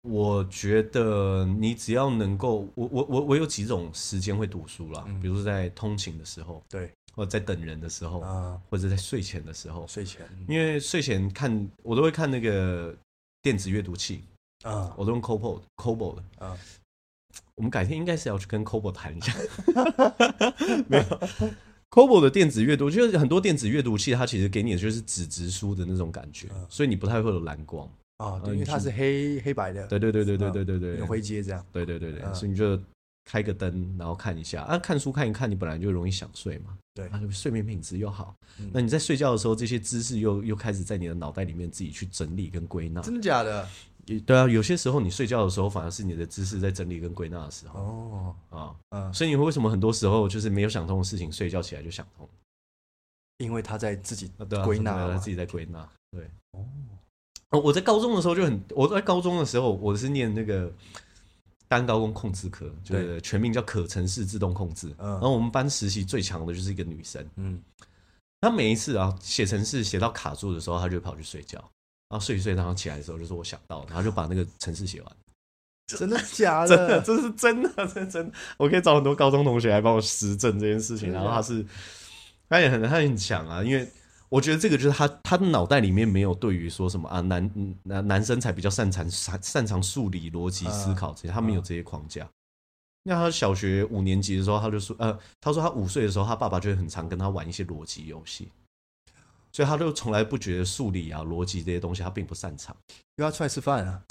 [SPEAKER 1] 我觉得你只要能够，我我我我有几种时间会读书啦，
[SPEAKER 2] 嗯
[SPEAKER 1] 比如说在通勤的时候，
[SPEAKER 2] 对
[SPEAKER 1] 或者在等人的时候，
[SPEAKER 2] 啊、
[SPEAKER 1] 或者在睡前的时候，
[SPEAKER 2] 睡前，
[SPEAKER 1] 因为睡前看我都会看那个电子阅读器，
[SPEAKER 2] 啊
[SPEAKER 1] 我都用 Kobo Kobo 的。
[SPEAKER 2] 啊，
[SPEAKER 1] 我们改天应该是要去跟 Kobo 谈一下， 没有 Kobo 的电子阅读，就是很多电子阅读器，它其实给你的就是纸质书的那种感觉，
[SPEAKER 2] 嗯
[SPEAKER 1] 所以你不太会有蓝光。
[SPEAKER 2] 啊，
[SPEAKER 1] 呃
[SPEAKER 2] 对，因为它
[SPEAKER 1] 你
[SPEAKER 2] 是黑黑白的，
[SPEAKER 1] 对对对对对对对
[SPEAKER 2] 有
[SPEAKER 1] 对，
[SPEAKER 2] 灰阶这样。
[SPEAKER 1] 对对对对，
[SPEAKER 2] 嗯
[SPEAKER 1] 所以你就开个灯，然后看一下啊，看书看一看，你本来就容易想睡嘛，
[SPEAKER 2] 对
[SPEAKER 1] 啊，睡眠品质又好。
[SPEAKER 2] 嗯
[SPEAKER 1] 那你在睡觉的时候，这些知识又又开始在你的脑袋里面自己去整理跟归纳。
[SPEAKER 2] 真的假 的？
[SPEAKER 1] 也对啊，有些时候你睡觉的时候，反而是你的知识在整理跟归纳的时候
[SPEAKER 2] 哦，
[SPEAKER 1] 啊。
[SPEAKER 2] 嗯，
[SPEAKER 1] 所以你为什么很多时候就是没有想通的事情，睡觉起来就想通？
[SPEAKER 2] 因为他在自己
[SPEAKER 1] 啊，对啊，
[SPEAKER 2] 归纳
[SPEAKER 1] 对啊
[SPEAKER 2] 嘛
[SPEAKER 1] 自己在归纳。对，
[SPEAKER 2] 哦，
[SPEAKER 1] 哦我在高中的时候就很，我在高中的时候我是念那个单高工控制科，就是全名叫可程式自动控制。
[SPEAKER 2] 嗯
[SPEAKER 1] 然后我们班实习最强的就是一个女生，
[SPEAKER 2] 嗯，
[SPEAKER 1] 她每一次啊写程式写到卡住的时候，她就会跑去睡觉，然后睡一睡，然后起来的时候就说我想到了，然后就把那个程式写完。
[SPEAKER 2] 真的 假
[SPEAKER 1] 真的，
[SPEAKER 2] 的？
[SPEAKER 1] 这是真的，这是真的。我可以找很多高中同学来帮我实证这件事情。
[SPEAKER 2] 真的
[SPEAKER 1] 然
[SPEAKER 2] 假的
[SPEAKER 1] 后他是，他也很他很强啊，因为我觉得这个就是他他的脑袋里面没有对于说什么啊男男男生才比较擅长擅擅长数理逻辑思考这些，他没有这些框架。那他小学五年级的时候，他就说，呃，他说他五岁的时候，他爸爸就会很常跟他玩一些逻辑游戏，所以他就从来不觉得数理啊、逻辑这些东西他并不擅长。
[SPEAKER 2] 又要出来吃饭啊？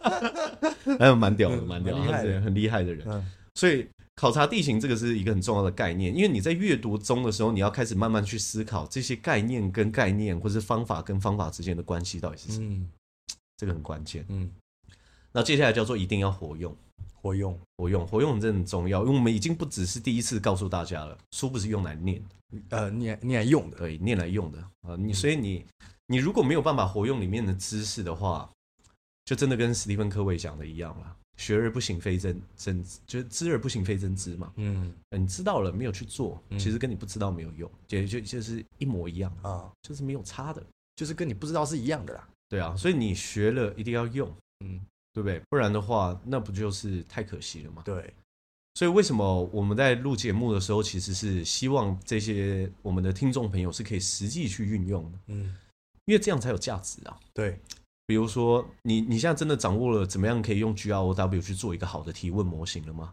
[SPEAKER 1] 还有哎蛮屌的，蛮屌的，
[SPEAKER 2] 嗯
[SPEAKER 1] 他
[SPEAKER 2] 蛮厉害的
[SPEAKER 1] 是很厉害的人。
[SPEAKER 2] 嗯
[SPEAKER 1] 所以考察地形这个是一个很重要的概念，因为你在阅读中的时候，你要开始慢慢去思考这些概念跟概念，或是方法跟方法之间的关系到底是什么，
[SPEAKER 2] 嗯
[SPEAKER 1] 这个很关键。
[SPEAKER 2] 嗯，
[SPEAKER 1] 那接下来叫做一定要活用，
[SPEAKER 2] 活用
[SPEAKER 1] 活用，活用真的很重要，因为我们已经不只是第一次告诉大家了，书不是用来念的，
[SPEAKER 2] 呃，你来你来用的，
[SPEAKER 1] 对，念来用的啊。
[SPEAKER 2] 嗯
[SPEAKER 1] 你所以你你如果没有办法活用里面的知识的话，就真的跟史蒂芬科维讲的一样了，学而不行非真真，就是知而不行非真知嘛。
[SPEAKER 2] 嗯
[SPEAKER 1] 呃你知道了没有去做，其实跟你不知道没有用，也就就是一模一样，
[SPEAKER 2] 啊，
[SPEAKER 1] 就是没有差的。
[SPEAKER 2] 就是跟你不知道是一样的啦。
[SPEAKER 1] 对啊，所以你学了一定要用，
[SPEAKER 2] 嗯，
[SPEAKER 1] 对不对？不然的话，那不就是太可惜了吗？
[SPEAKER 2] 对，
[SPEAKER 1] 所以为什么我们在录节目的时候，其实是希望这些我们的听众朋友是可以实际去运用的，
[SPEAKER 2] 嗯，
[SPEAKER 1] 因为这样才有价值啊。
[SPEAKER 2] 对，
[SPEAKER 1] 比如说，你你现在真的掌握了怎么样可以用 GROW 去做一个好的提问模型了吗？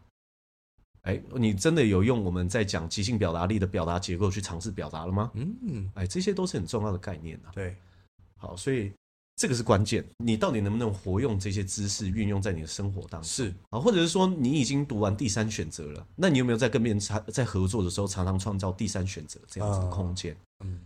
[SPEAKER 1] 哎，你真的有用我们在讲即兴表达力的表达结构去尝试表达了吗？
[SPEAKER 2] 嗯，
[SPEAKER 1] 哎，这些都是很重要的概念啊。
[SPEAKER 2] 对，
[SPEAKER 1] 好，所以这个是关键，你到底能不能活用这些知识运用在你的生活当中？
[SPEAKER 2] 是，
[SPEAKER 1] 啊，或者是说你已经读完第三选择了，那你有没有在跟别人常在合作的时候常常创造第三选择这样子的空间，
[SPEAKER 2] 嗯，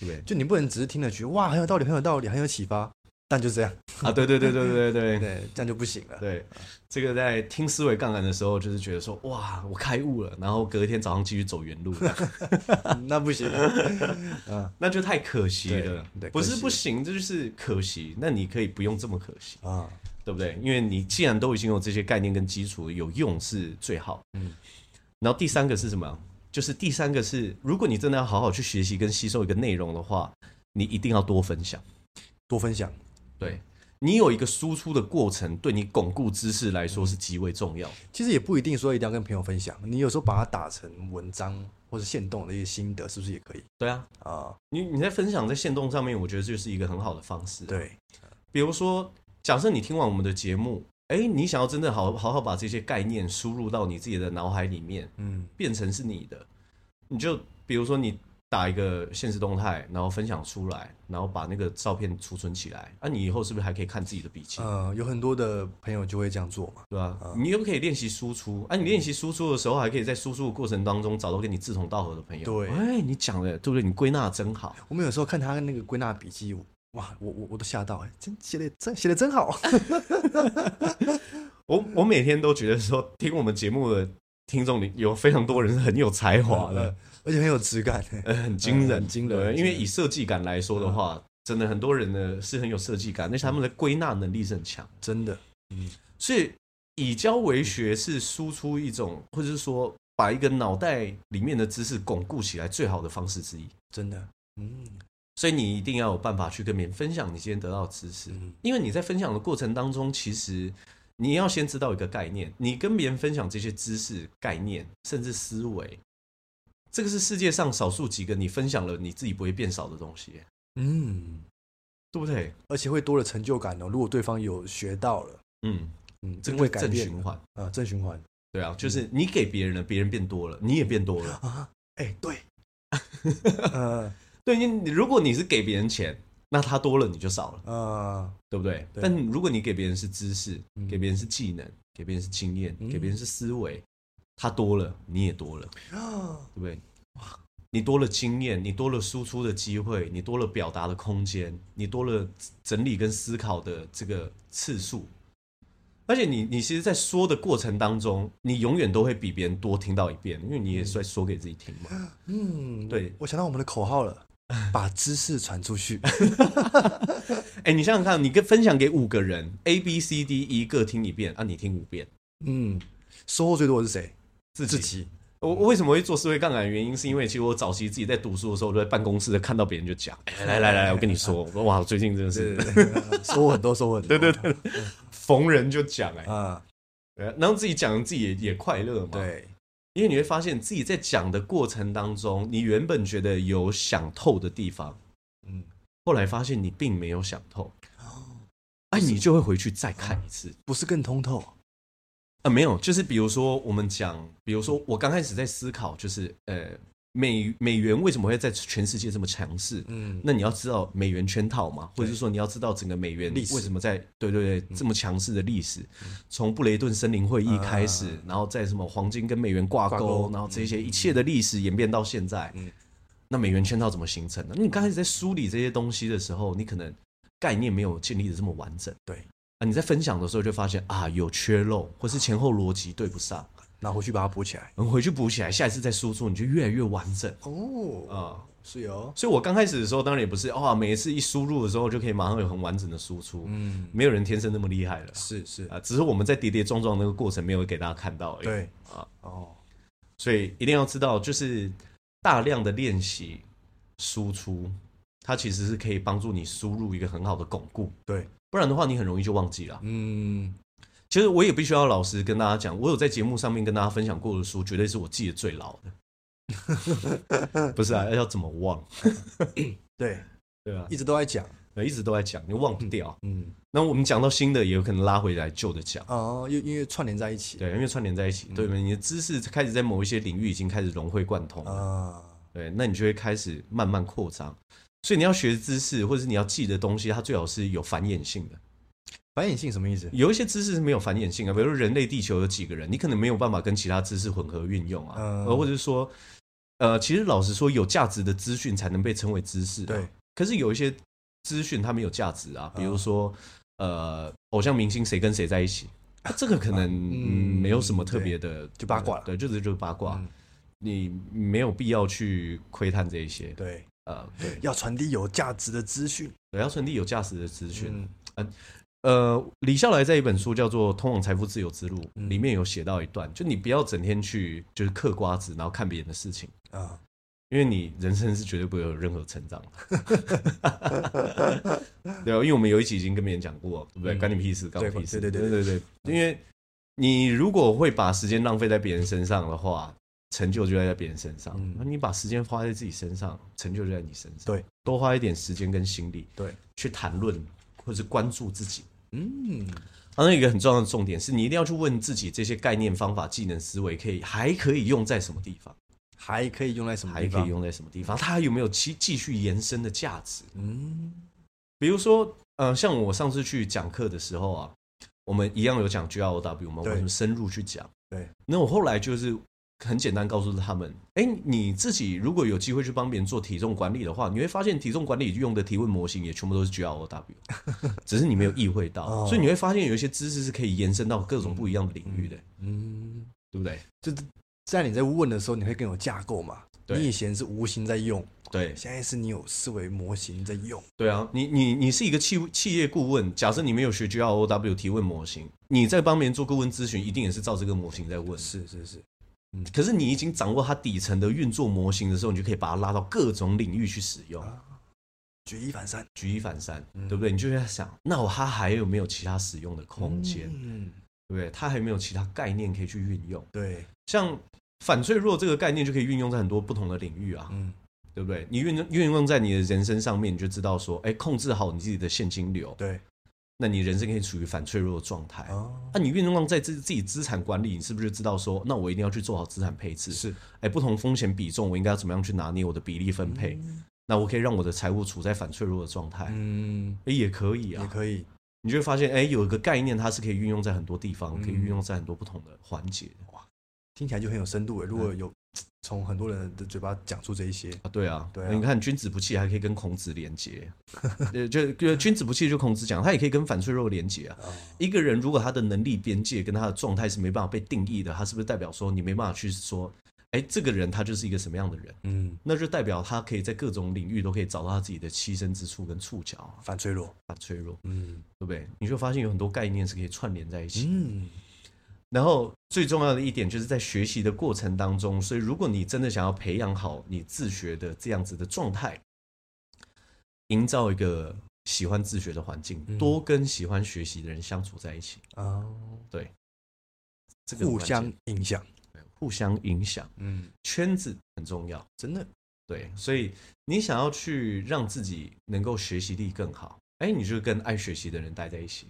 [SPEAKER 1] 对不 对？
[SPEAKER 2] 就你不能只是听了觉得哇很有道理，很有道理，很有启发，但就这 样，
[SPEAKER 1] 啊，对对对对对对对
[SPEAKER 2] 对，这样就不行 了。
[SPEAKER 1] 对，这个在听思维杠杆的时候，就是觉得说哇，我开悟了，然后隔一天早上继续走原 路，
[SPEAKER 2] 那不行，嗯
[SPEAKER 1] 那就太可惜了
[SPEAKER 2] 对对。
[SPEAKER 1] 不
[SPEAKER 2] 可
[SPEAKER 1] 是
[SPEAKER 2] 惜
[SPEAKER 1] 不行，这就是可惜。那你可以不用这么可惜，
[SPEAKER 2] 啊，
[SPEAKER 1] 对不对？因为你既然都已经有这些概念跟基础，有用是最好。
[SPEAKER 2] 嗯
[SPEAKER 1] 然后第三个是什么？就是第三个是，如果你真的要好好去学习跟吸收一个内容的话，你一定要多分享。
[SPEAKER 2] 多分享，
[SPEAKER 1] 对你有一个输出的过程，对你巩固知识来说是极为重要。
[SPEAKER 2] 其实也不一定说一定要跟朋友分享，你有时候把它打成文章或者现动的一些心得，是不是也可以
[SPEAKER 1] 对啊，
[SPEAKER 2] 啊？
[SPEAKER 1] 你你在分享在线动上面，我觉得就是一个很好的方式。，
[SPEAKER 2] 对，
[SPEAKER 1] 比如说，假设你听完我们的节目，哎，你想要真的好好好把这些概念输入到你自己的脑海里面，
[SPEAKER 2] 嗯，
[SPEAKER 1] 变成是你的，你就比如说你打一个现实动态，然后分享出来，然后把那个照片储存起来，啊，你以后是不是还可以看自己的笔记，
[SPEAKER 2] 呃，有很多的朋友就会这样做嘛，
[SPEAKER 1] 对吧、你又可以练习输出，啊，你练习输出的时候，还可以在输出的过程当中找到跟你志同道合的朋友。
[SPEAKER 2] 对
[SPEAKER 1] 哎，你讲的对不对？你归纳得真好，
[SPEAKER 2] 我们有时候看他那个归纳笔记，哇，我我我都吓到、欸，真写的真写的真 好，
[SPEAKER 1] 我我每天都觉得说，听我们节目的听众里有非常多人是很有才华的，
[SPEAKER 2] 嗯而且很有质感、欸。
[SPEAKER 1] 呃，很惊人，
[SPEAKER 2] 很惊人
[SPEAKER 1] 对
[SPEAKER 2] 很
[SPEAKER 1] 因
[SPEAKER 2] 惊
[SPEAKER 1] 为
[SPEAKER 2] 人嗯
[SPEAKER 1] 以设计感来说的话，真的很多人呢是很有设计感，但是他们的归纳能力是很强。
[SPEAKER 2] 真的，
[SPEAKER 1] 所以以教为学是输出一种，或者是说把一个脑袋里面的知识巩固起来最好的方式之一。
[SPEAKER 2] 真的，嗯，
[SPEAKER 1] 所以你一定要有办法去跟别人分享你今天得到的知识
[SPEAKER 2] 嗯，
[SPEAKER 1] 因为你在分享的过程当中，其实你要先知道一个概念，你跟别人分享这些知识、概念，甚至思维，这个是世界上少数几个你分享了你自己不会变少的东西，
[SPEAKER 2] 嗯，
[SPEAKER 1] 对不对？
[SPEAKER 2] 而且会多了成就感哦。如果对方有学到了，
[SPEAKER 1] 嗯，
[SPEAKER 2] 嗯，
[SPEAKER 1] 这
[SPEAKER 2] 因
[SPEAKER 1] 个
[SPEAKER 2] 为
[SPEAKER 1] 是
[SPEAKER 2] 改
[SPEAKER 1] 正
[SPEAKER 2] 变嗯
[SPEAKER 1] 循环，
[SPEAKER 2] 啊、正循环
[SPEAKER 1] 对啊，就是你给别人了，别人变多了，你也变多了。
[SPEAKER 2] 啊，哎、 对，呃
[SPEAKER 1] 对你，你如果你是给别人钱，那他多了你就少了，
[SPEAKER 2] 呃，
[SPEAKER 1] 对不对？
[SPEAKER 2] 对
[SPEAKER 1] 但如果你给别人是知识，
[SPEAKER 2] 嗯
[SPEAKER 1] 给别人是技能，给别人是经验，
[SPEAKER 2] 嗯
[SPEAKER 1] 给别人是思维，他多了你也多了，
[SPEAKER 2] 啊
[SPEAKER 1] 对不对？哇，你多了经验，你多了输出的机会，你多了表达的空间，你多了整理跟思考的这个次数。而且你，你其实，在说的过程当中，你永远都会比别人多听到一遍，因为你也是在说给自己听嘛。
[SPEAKER 2] 嗯，
[SPEAKER 1] 对
[SPEAKER 2] 我想到我们的口号 了，把知识传出去，
[SPEAKER 1] 哎、你想想看，你跟分享给五个人，A、B、C、D 一个听一遍啊，你听五遍，
[SPEAKER 2] 嗯，收获最多的是谁？
[SPEAKER 1] 自
[SPEAKER 2] 自。己，
[SPEAKER 1] 我我为什么会做思维杠杆？的原因是因为其实我早期自己在读书的时候，就在办公室看到别人就讲，哎来来来来，我跟你说，我说哇，我最近真的是
[SPEAKER 2] 对， 收获很多，收获很多，对对对，
[SPEAKER 1] 逢人就讲哎、
[SPEAKER 2] 啊，
[SPEAKER 1] 呃然后自己讲自己也也快乐嘛。，
[SPEAKER 2] 对，
[SPEAKER 1] 因为你会发现自己在讲的过程当中，你原本觉得有想透的地方，
[SPEAKER 2] 嗯，
[SPEAKER 1] 后来发现你并没有想透，
[SPEAKER 2] 哦
[SPEAKER 1] 哎、你就会回去再看一次。
[SPEAKER 2] 不是更通透，
[SPEAKER 1] 啊，没有，就是比如说我们讲，比如说我刚开始在思考，就是呃，美美元为什么会在全世界这么强势？
[SPEAKER 2] 嗯，
[SPEAKER 1] 那你要知道美元圈套嘛，或者是
[SPEAKER 2] 对
[SPEAKER 1] 说你要知道整个美元
[SPEAKER 2] 历史嗯
[SPEAKER 1] 为什么在对对对这么强势的历史，从布雷顿森林会议开始，
[SPEAKER 2] 啊
[SPEAKER 1] 然后在什么黄金跟美元挂钩，
[SPEAKER 2] 挂钩
[SPEAKER 1] 然后这些一切的历史演变到现在，
[SPEAKER 2] 嗯
[SPEAKER 1] 那美元圈套怎么形成的？你刚开始在梳理这些东西的时候，你可能概念没有建立的这么完整，
[SPEAKER 2] 对
[SPEAKER 1] 啊，你在分享的时候就发现啊有缺漏，或是前后逻辑对不上，
[SPEAKER 2] 拿回去把它补起来，
[SPEAKER 1] 然后回去补起来，下一次再输出你就越来越完整
[SPEAKER 2] 哦，
[SPEAKER 1] 啊。
[SPEAKER 2] 是有，
[SPEAKER 1] 所以我刚开始的时候，当然也不是哇，每一次一输入的时候就可以马上有很完整的输出，
[SPEAKER 2] 嗯，
[SPEAKER 1] 没有人天生那么厉害了
[SPEAKER 2] 是是，
[SPEAKER 1] 啊，只是我们在跌跌撞撞那个过程没有给大家看到而已。，
[SPEAKER 2] 对
[SPEAKER 1] 啊，
[SPEAKER 2] 哦，
[SPEAKER 1] 所以一定要知道，就是大量的练习输出，它其实是可以帮助你输入一个很好的巩固。
[SPEAKER 2] 对，
[SPEAKER 1] 不不然的话你很容易就忘记了。
[SPEAKER 2] 嗯，
[SPEAKER 1] 其实我也必须要老实跟大家讲，我有在节目上面跟大家分享过的书，绝对是我记得最牢 的。不是啊，要怎么忘？
[SPEAKER 2] 对，
[SPEAKER 1] 对吧、
[SPEAKER 2] 一直都在讲，
[SPEAKER 1] 啊？一直都在讲，你忘不掉。
[SPEAKER 2] 嗯，
[SPEAKER 1] 那我们讲到新的，也有可能拉回来旧的讲。
[SPEAKER 2] 哦，因为因为串联在一起，
[SPEAKER 1] 对，因为串联在一起，对
[SPEAKER 2] 嗯
[SPEAKER 1] 你的知识开始在某一些领域已经开始融会贯通了，
[SPEAKER 2] 啊，
[SPEAKER 1] 对，那你就会开始慢慢扩张。所以你要学的知识，或者是你要记的东西，它最好是有繁衍性的。
[SPEAKER 2] 繁衍性什么意思？
[SPEAKER 1] 有一些知识是没有繁衍性的，啊比如说人类地球有几个人，你可能没有办法跟其他知识混合运用啊，
[SPEAKER 2] 嗯
[SPEAKER 1] 呃，或者是说，呃，其实老实说，有价值的资讯才能被称为知识、啊。
[SPEAKER 2] 对，嗯
[SPEAKER 1] 可是有一些资讯它没有价值啊，比如说、呃，偶像明星谁跟谁在一起，啊这个可能、嗯
[SPEAKER 2] 嗯
[SPEAKER 1] 没有什么特别的，
[SPEAKER 2] 就八卦了
[SPEAKER 1] 对，就是就是八卦，
[SPEAKER 2] 嗯
[SPEAKER 1] 你没有必要去窥探这一些。
[SPEAKER 2] 对，
[SPEAKER 1] 呃，对，
[SPEAKER 2] 要传递有价值的资讯，
[SPEAKER 1] 对要传递有价值的资讯。
[SPEAKER 2] 嗯
[SPEAKER 1] 呃，李笑来在一本书叫做《通往财富自由之路》
[SPEAKER 2] 嗯
[SPEAKER 1] 里面有写到一段，就你不要整天去就是嗑瓜子，然后看别人的事情。
[SPEAKER 2] 啊，
[SPEAKER 1] 因为你人生是绝对不会有任何成 长的，对啊，因为我们有一集已经跟别人讲过，对不对？
[SPEAKER 2] 嗯
[SPEAKER 1] 关你屁事，关我屁事，
[SPEAKER 2] 对对
[SPEAKER 1] 对
[SPEAKER 2] 对
[SPEAKER 1] 对对因为你如果会把时间浪费在别人身上的话，成就就在别人身上
[SPEAKER 2] 嗯；
[SPEAKER 1] 那、你把时间花在自己身上，成就就在你身上。
[SPEAKER 2] 对，
[SPEAKER 1] 多花一点时间跟心力
[SPEAKER 2] 对，
[SPEAKER 1] 去谈论或者是关注自己。
[SPEAKER 2] 嗯，
[SPEAKER 1] 啊，那有一个很重要的重点是你一定要去问自己，这些概念、方法、技能、思维可以还可以用在什么地方。
[SPEAKER 2] 还可以用在什么
[SPEAKER 1] 还
[SPEAKER 2] 地
[SPEAKER 1] 可以
[SPEAKER 2] 方？
[SPEAKER 1] 用在什么地方？它还有没有其继续延伸的价值？
[SPEAKER 2] 嗯，
[SPEAKER 1] 比如说，呃，像我上次去讲课的时候啊，我们一样有讲 G R O W 嘛，我
[SPEAKER 2] 对
[SPEAKER 1] 们深入去讲。
[SPEAKER 2] 对，
[SPEAKER 1] 那我后来就是很简单告诉他们，哎、你自己如果有机会去帮别人做体重管理的话，你会发现体重管理用的提问模型也全部都是 G R O W，只是你没有意会到，
[SPEAKER 2] 哦
[SPEAKER 1] 所以你会发现有一些知识是可以延伸到各种不一样的领域的，
[SPEAKER 2] 嗯，
[SPEAKER 1] 对不对？
[SPEAKER 2] 就是在你在问的时候，你会更有架构嘛？
[SPEAKER 1] 对
[SPEAKER 2] 你以前是无形在用，
[SPEAKER 1] 对，
[SPEAKER 2] 现在是你有思维模型在用，
[SPEAKER 1] 对啊，你你你是一个企企业顾问，假设你没有学 G R O W 提问模型，你在帮别人做顾问咨询，一定也是照这个模型在问。
[SPEAKER 2] 是是是，
[SPEAKER 1] 可是你已经掌握它底层的运作模型的时候，你就可以把它拉到各种领域去使用，
[SPEAKER 2] 啊举一反三，
[SPEAKER 1] 举一反三，
[SPEAKER 2] 嗯
[SPEAKER 1] 对不对？你就会在想，那我它还有没有其他使用的空间，
[SPEAKER 2] 嗯，
[SPEAKER 1] 对不对？它还有没有其他概念可以去运用？
[SPEAKER 2] 对，
[SPEAKER 1] 像反脆弱这个概念就可以运用在很多不同的领域啊，
[SPEAKER 2] 嗯，
[SPEAKER 1] 对不对？你运用运用在你的人生上面，你就知道说，哎，控制好你自己的现金流，
[SPEAKER 2] 对，
[SPEAKER 1] 那你人生可以处于反脆弱的状态。啊
[SPEAKER 2] 哦，
[SPEAKER 1] 那、你运用在自自己资产管理，你是不是就知道说，那我一定要去做好资产配置？
[SPEAKER 2] 是，
[SPEAKER 1] 哎，不同风险比重，我应该要怎么样去拿捏我的比例分配？那我可以让我的财务处在反脆弱的状态，
[SPEAKER 2] 嗯，
[SPEAKER 1] 哎，也可以
[SPEAKER 2] 也
[SPEAKER 1] 啊。
[SPEAKER 2] 可以，
[SPEAKER 1] 你就会发现，哎，有一个概念，它是可以运用在很多地方，
[SPEAKER 2] 嗯
[SPEAKER 1] 可以运用在很多不同的环节的
[SPEAKER 2] 听起来就很有深
[SPEAKER 1] 哎
[SPEAKER 2] 度诶。欸如果有从很多人的嘴巴讲出这一些，
[SPEAKER 1] 啊。对啊，
[SPEAKER 2] 对啊
[SPEAKER 1] 你看君子不器还可以跟孔子连接，呃，就就君子不器就孔子讲，他也可以跟反脆弱连接
[SPEAKER 2] 哦
[SPEAKER 1] 啊。一个人如果他的能力边界跟他的状态是没办法被定义的，他是不是代表说你没办法去说，哎，这个人他就是一个什么样的人？
[SPEAKER 2] 嗯，
[SPEAKER 1] 那就代表他可以在各种领域都可以找到他自己的栖身之处跟触角啊，
[SPEAKER 2] 反脆弱，
[SPEAKER 1] 反脆弱，
[SPEAKER 2] 嗯
[SPEAKER 1] 对不对？你就发现有很多概念是可以串联在一起。
[SPEAKER 2] 嗯，
[SPEAKER 1] 然后最重要的一点就是在学习的过程当中，所以如果你真的想要培养好你自学的这样子的状态，营造一个喜欢自学的环境，
[SPEAKER 2] 嗯
[SPEAKER 1] 多跟喜欢学习的人相处在一起，
[SPEAKER 2] 哦，
[SPEAKER 1] 对，这个很
[SPEAKER 2] 互
[SPEAKER 1] 关键
[SPEAKER 2] 相影响，
[SPEAKER 1] 互相影响，
[SPEAKER 2] 嗯，
[SPEAKER 1] 圈子很重要。
[SPEAKER 2] 真的，
[SPEAKER 1] 对，所以你想要去让自己能够学习力更好，哎，你就跟爱学习的人待在一起，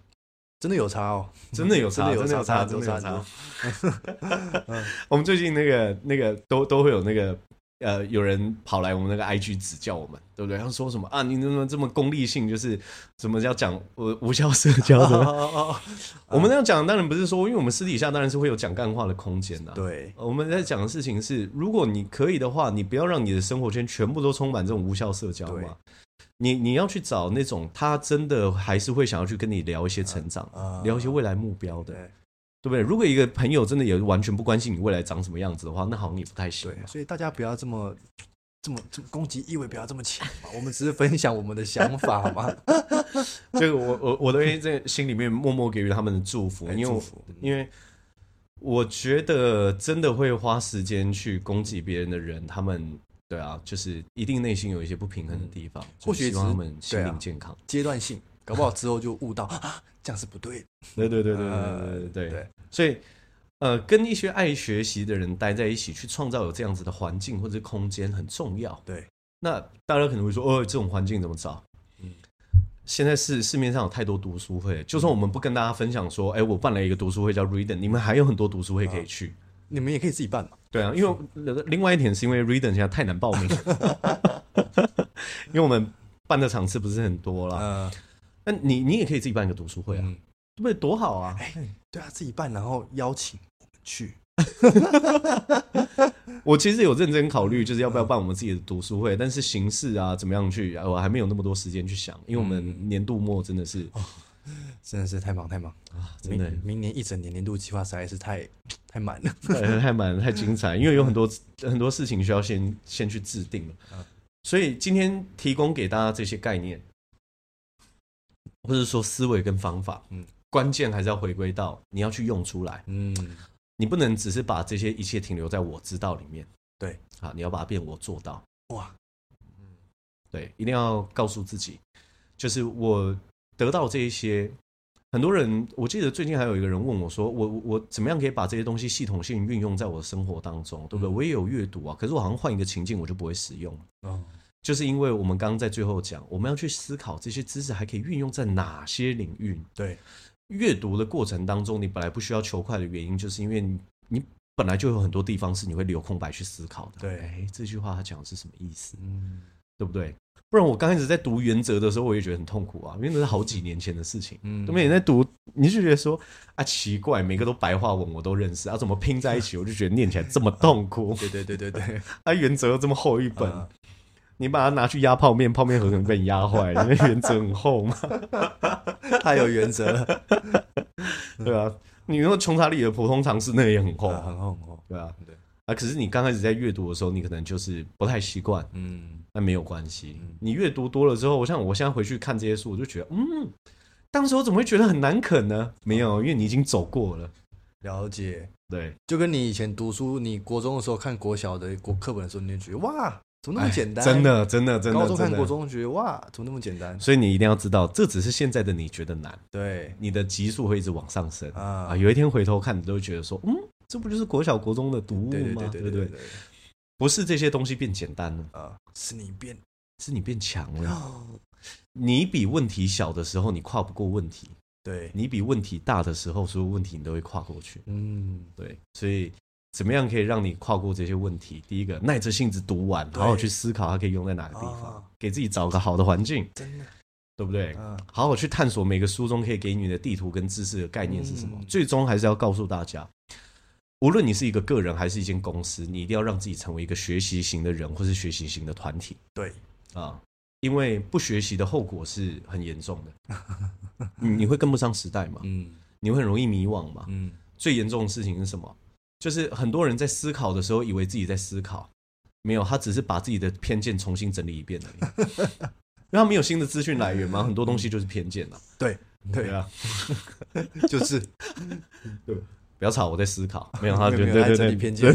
[SPEAKER 2] 真的有差哦，
[SPEAKER 1] 真的有差，
[SPEAKER 2] 真的有
[SPEAKER 1] 差，
[SPEAKER 2] 差
[SPEAKER 1] 真的有
[SPEAKER 2] 真的有
[SPEAKER 1] 差。 我们最近那个那个都都会有那个呃，有人跑来我们那个 IG 指教我们，对不对？他说什么啊，你怎么这么功利性，就是怎么要讲呃无无效社交
[SPEAKER 2] 哦
[SPEAKER 1] 的？
[SPEAKER 2] 哦
[SPEAKER 1] 我们那样讲当然不是说，因为我们私底下当然是会有讲干话的空间 的、
[SPEAKER 2] 哦，对，
[SPEAKER 1] 我们在讲的事情是，如果你可以的话，你不要让你的生活圈全部都充满这种无效社交
[SPEAKER 2] 对
[SPEAKER 1] 嘛。你你要去找那种他真的还是会想要去跟你聊一些成长，
[SPEAKER 2] 啊
[SPEAKER 1] 聊一些未来目标的，
[SPEAKER 2] 对
[SPEAKER 1] 对不对？如果一个朋友真的也完全不关心你未来长什么样子的话，那好像也不太行嘛。
[SPEAKER 2] 对，所以大家不要这么。这么这么攻击意味不要这么强嘛，我们只是分享我们的想法嘛。
[SPEAKER 1] 这个我我我都会在心里面默默给予他们的祝福，
[SPEAKER 2] 哎
[SPEAKER 1] 因为
[SPEAKER 2] 祝
[SPEAKER 1] 我
[SPEAKER 2] 福
[SPEAKER 1] 因为我觉得真的会花时间去攻击别人的人，他们对啊，就是一定内心有一些不平衡的地方，
[SPEAKER 2] 或
[SPEAKER 1] 就是
[SPEAKER 2] 许
[SPEAKER 1] 希望
[SPEAKER 2] 只
[SPEAKER 1] 他
[SPEAKER 2] 是
[SPEAKER 1] 们心
[SPEAKER 2] 对
[SPEAKER 1] 灵
[SPEAKER 2] 啊
[SPEAKER 1] 健康。
[SPEAKER 2] 阶段性，搞不好之后就悟到 啊，这样是不对的。
[SPEAKER 1] 对对对对
[SPEAKER 2] 呃
[SPEAKER 1] 对对对对
[SPEAKER 2] 对。
[SPEAKER 1] 所以，呃，跟一些爱学习的人待在一起，去创造有这样子的环境或者是空间很重要。
[SPEAKER 2] 对，
[SPEAKER 1] 那大家可能会说，哦，这种环境怎么找？现在市市面上有太多读书会，就算我们不跟大家分享说，哎、我办了一个读书会叫 Reading，你们还有很多读书会可以去。
[SPEAKER 2] 你们也可以自己办嘛。
[SPEAKER 1] 对啊，因为呃另外一点是因为 Reading 现在太难报名，因为我们办的场次不是很多啦。
[SPEAKER 2] 呃，
[SPEAKER 1] 那你你也可以自己办一个读书会啊，
[SPEAKER 2] 嗯
[SPEAKER 1] 对不对？多好啊！
[SPEAKER 2] 对啊，自己办，然后邀请我们去。
[SPEAKER 1] 我其实有认真考虑，就是要不要办我们自己的读书会，但是形式啊，怎么样去，啊我还没有那么多时间去想，因为我们年度末真的是，
[SPEAKER 2] 真的是太忙太忙啊！
[SPEAKER 1] 真的
[SPEAKER 2] 明明年一整年年度计划实在是太太满了。
[SPEAKER 1] 呃 还蛮太精彩，因为有很多很多事情需要先先去制定了
[SPEAKER 2] 嗯。
[SPEAKER 1] 所以今天提供给大家这些概念，或者说思维跟方法，嗯
[SPEAKER 2] 嗯，
[SPEAKER 1] 关键还是要回归到你要去用出来，
[SPEAKER 2] 嗯，
[SPEAKER 1] 你不能只是把这些一切停留在我知道里面。
[SPEAKER 2] 对，
[SPEAKER 1] 啊，你要把它变我做到。
[SPEAKER 2] 哇，
[SPEAKER 1] 对，一定要告诉自己，就是我得到这一些。很多人，我记得最近还有一个人问我说，我我我怎么样可以把这些东西系统性运用在我的生活当中，对不对？我也有阅读啊，可是我好像换一个情境我就不会使用了，
[SPEAKER 2] 哦，
[SPEAKER 1] 就是因为我们刚刚在最后讲，我们要去思考这些知识还可以运用在哪些领域。
[SPEAKER 2] 对，
[SPEAKER 1] 阅读的过程当中，你本来不需要求快的原因，就是因为你你本来就有很多地方是你会留空白去思考的。
[SPEAKER 2] 对
[SPEAKER 1] 哎，这句话他讲的是什么意思？
[SPEAKER 2] 嗯，
[SPEAKER 1] 对不对？不然我刚开始在读《原则》的时候，我也觉得很痛苦啊，因为那是好几年前的事情。嗯，
[SPEAKER 2] 嗯
[SPEAKER 1] 对不对？你在读，你就觉得说啊，奇怪，每个都白话文我都认识啊，怎么拼在一起，我就觉得念起来这么痛苦
[SPEAKER 2] 对对对对 对，
[SPEAKER 1] 啊，《原则》又这么厚一本，
[SPEAKER 2] 啊
[SPEAKER 1] 你把它拿去压泡面，泡面盒可能被你压坏了，因为《原则》很厚嘛，
[SPEAKER 2] 太有原则 了，
[SPEAKER 1] 对吧、你说穷查理的普通常识，那也很厚
[SPEAKER 2] 啊
[SPEAKER 1] 啊，
[SPEAKER 2] 很好很好，
[SPEAKER 1] 对啊，
[SPEAKER 2] 对
[SPEAKER 1] 啊，可是你刚开始在阅读的时候，你可能就是不太习惯，
[SPEAKER 2] 嗯，
[SPEAKER 1] 那没有关系。你阅读多了之后，我像我现在回去看这些书，我就觉得，嗯，当时我怎么会觉得很难啃呢？没
[SPEAKER 2] 嗯
[SPEAKER 1] 有，因为你已经走过了。
[SPEAKER 2] 了解。
[SPEAKER 1] 对，
[SPEAKER 2] 就跟你以前读书，你国中的时候看国小的国课本的时候，你就觉得哇，怎么那么简单？
[SPEAKER 1] 哎真，的，真的，真的，
[SPEAKER 2] 高中看
[SPEAKER 1] 真的
[SPEAKER 2] 国。中觉得哇，怎么那么简单？
[SPEAKER 1] 所以你一定要知道，这只是现在的你觉得难，
[SPEAKER 2] 对
[SPEAKER 1] 你的级数会一直往上升啊
[SPEAKER 2] 啊，
[SPEAKER 1] 有一天回头看，你都会觉得说，嗯，这不就是国小国中的读物吗？
[SPEAKER 2] 对对对
[SPEAKER 1] 对
[SPEAKER 2] 对
[SPEAKER 1] 不
[SPEAKER 2] 对对
[SPEAKER 1] 不是这些东西变简单了，
[SPEAKER 2] 啊，是你变
[SPEAKER 1] 是你变强了。
[SPEAKER 2] 哦，
[SPEAKER 1] 你比问题小的时候，你跨不过问题；
[SPEAKER 2] 对，
[SPEAKER 1] 你比问题大的时候，所有问题你都会跨过去。
[SPEAKER 2] 嗯，
[SPEAKER 1] 对，所以怎么样可以让你跨过这些问题？第一个，耐着性子读完，好好去思考它可以用在哪个地方，
[SPEAKER 2] 啊
[SPEAKER 1] 给自己找个好的环境，
[SPEAKER 2] 真的，
[SPEAKER 1] 对不对？
[SPEAKER 2] 嗯，
[SPEAKER 1] 好好去探索每个书中可以给你的地图跟知识的概念是什么。
[SPEAKER 2] 嗯
[SPEAKER 1] 最终还是要告诉大家，无论你是一个个人还是一间公司，你一定要让自己成为一个学习型的人或是学习型的团体
[SPEAKER 2] 对，
[SPEAKER 1] 啊。因为不学习的后果是很严重的， 你你会跟不上时代嘛？
[SPEAKER 2] 嗯
[SPEAKER 1] 你会很容易迷惘嘛？
[SPEAKER 2] 嗯，
[SPEAKER 1] 最严重的事情是什么？就是很多人在思考的时候，以为自己在思考，没有，他只是把自己的偏见重新整理一遍而已。因为他没有新的资讯来源嘛，很多东西就是偏见了。
[SPEAKER 2] 对对，
[SPEAKER 1] 啊，嗯
[SPEAKER 2] 就是
[SPEAKER 1] 不要吵，我在思考。 没有，他
[SPEAKER 2] 没
[SPEAKER 1] 觉
[SPEAKER 2] 有
[SPEAKER 1] 得
[SPEAKER 2] 没有他
[SPEAKER 1] 对
[SPEAKER 2] 整
[SPEAKER 1] 对
[SPEAKER 2] 理
[SPEAKER 1] 对，
[SPEAKER 2] 偏见，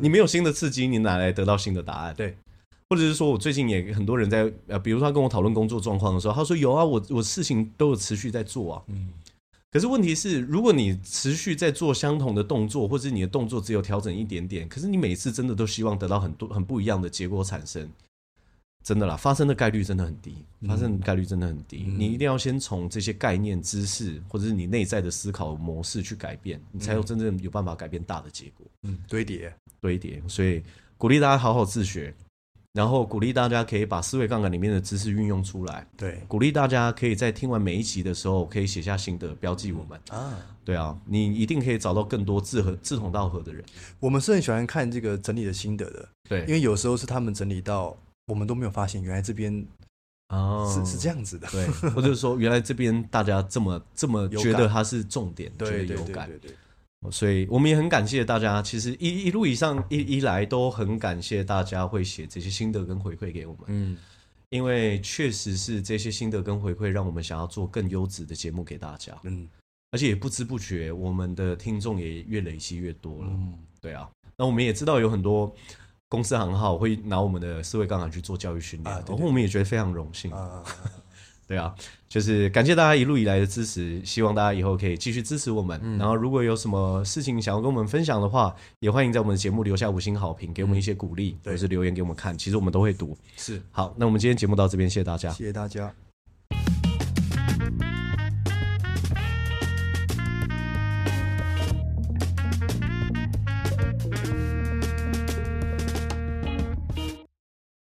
[SPEAKER 1] 你没有新的刺激，你哪来得到新的答案？
[SPEAKER 2] 对，
[SPEAKER 1] 或者是说我最近也很多人在呃，比如说他跟我讨论工作状况的时候，他说有啊，我我事情都有持续在做啊。
[SPEAKER 2] 嗯
[SPEAKER 1] 可是问题是，如果你持续在做相同的动作，或者你的动作只有调整一点点，可是你每次真的都希望得到很多很不一样的结果产生，真的啦，发生的概率真的很低，发生的概率真的很低。
[SPEAKER 2] 嗯
[SPEAKER 1] 你一定要先从这些概念、知识，或者是你内在的思考模式去改变，你才有真正有办法改变大的结果
[SPEAKER 2] 嗯，堆叠，
[SPEAKER 1] 堆叠。所以鼓励大家好好自学，然后鼓励大家可以把思维杠杆里面的知识运用出来。
[SPEAKER 2] 对
[SPEAKER 1] 鼓励大家可以在听完每一集的时候，可以写下心得，标记我们。
[SPEAKER 2] 啊，
[SPEAKER 1] 对啊，你一定可以找到更多志合志同道合的人。
[SPEAKER 2] 我们是很喜欢看这个整理的心得的，因
[SPEAKER 1] 对，
[SPEAKER 2] 为有时候是他们整理到我们都没有发现，原来这边
[SPEAKER 1] 哦
[SPEAKER 2] 是是这样子的，
[SPEAKER 1] 对， 或者说原来这边大家这么这么
[SPEAKER 2] 有
[SPEAKER 1] 觉得
[SPEAKER 2] 感
[SPEAKER 1] 它是重点，觉得
[SPEAKER 2] 对对
[SPEAKER 1] 有
[SPEAKER 2] 对
[SPEAKER 1] 感，
[SPEAKER 2] 对对，
[SPEAKER 1] 所以我们也很感谢大家。其实一一路以上一一来都很感谢大家会写这些心得跟回馈给我们，
[SPEAKER 2] 嗯，
[SPEAKER 1] 因为确实是这些心得跟回馈让我们想要做更优质的节目给大家，
[SPEAKER 2] 嗯
[SPEAKER 1] 而且也不知不觉我们的听众也越累积越多了。
[SPEAKER 2] 嗯，
[SPEAKER 1] 对啊，那我们也知道有很多公司行号会拿我们的思维杠杆去做教育训练，
[SPEAKER 2] 啊
[SPEAKER 1] 然
[SPEAKER 2] 对
[SPEAKER 1] 后
[SPEAKER 2] 对
[SPEAKER 1] 我们也觉得非常荣幸。
[SPEAKER 2] 啊，
[SPEAKER 1] 对啊，就是感谢大家一路以来的支持，希望大家以后可以继续支持我们。
[SPEAKER 2] 嗯
[SPEAKER 1] 然后如果有什么事情想要跟我们分享的话，也欢迎在我们的节目留下五星好评，给我们一些鼓励，或
[SPEAKER 2] 嗯对
[SPEAKER 1] 者是留言给我们看，其实我们都会读。
[SPEAKER 2] 是，
[SPEAKER 1] 好，那我们今天节目到这边，谢谢大家。
[SPEAKER 2] 谢谢大家。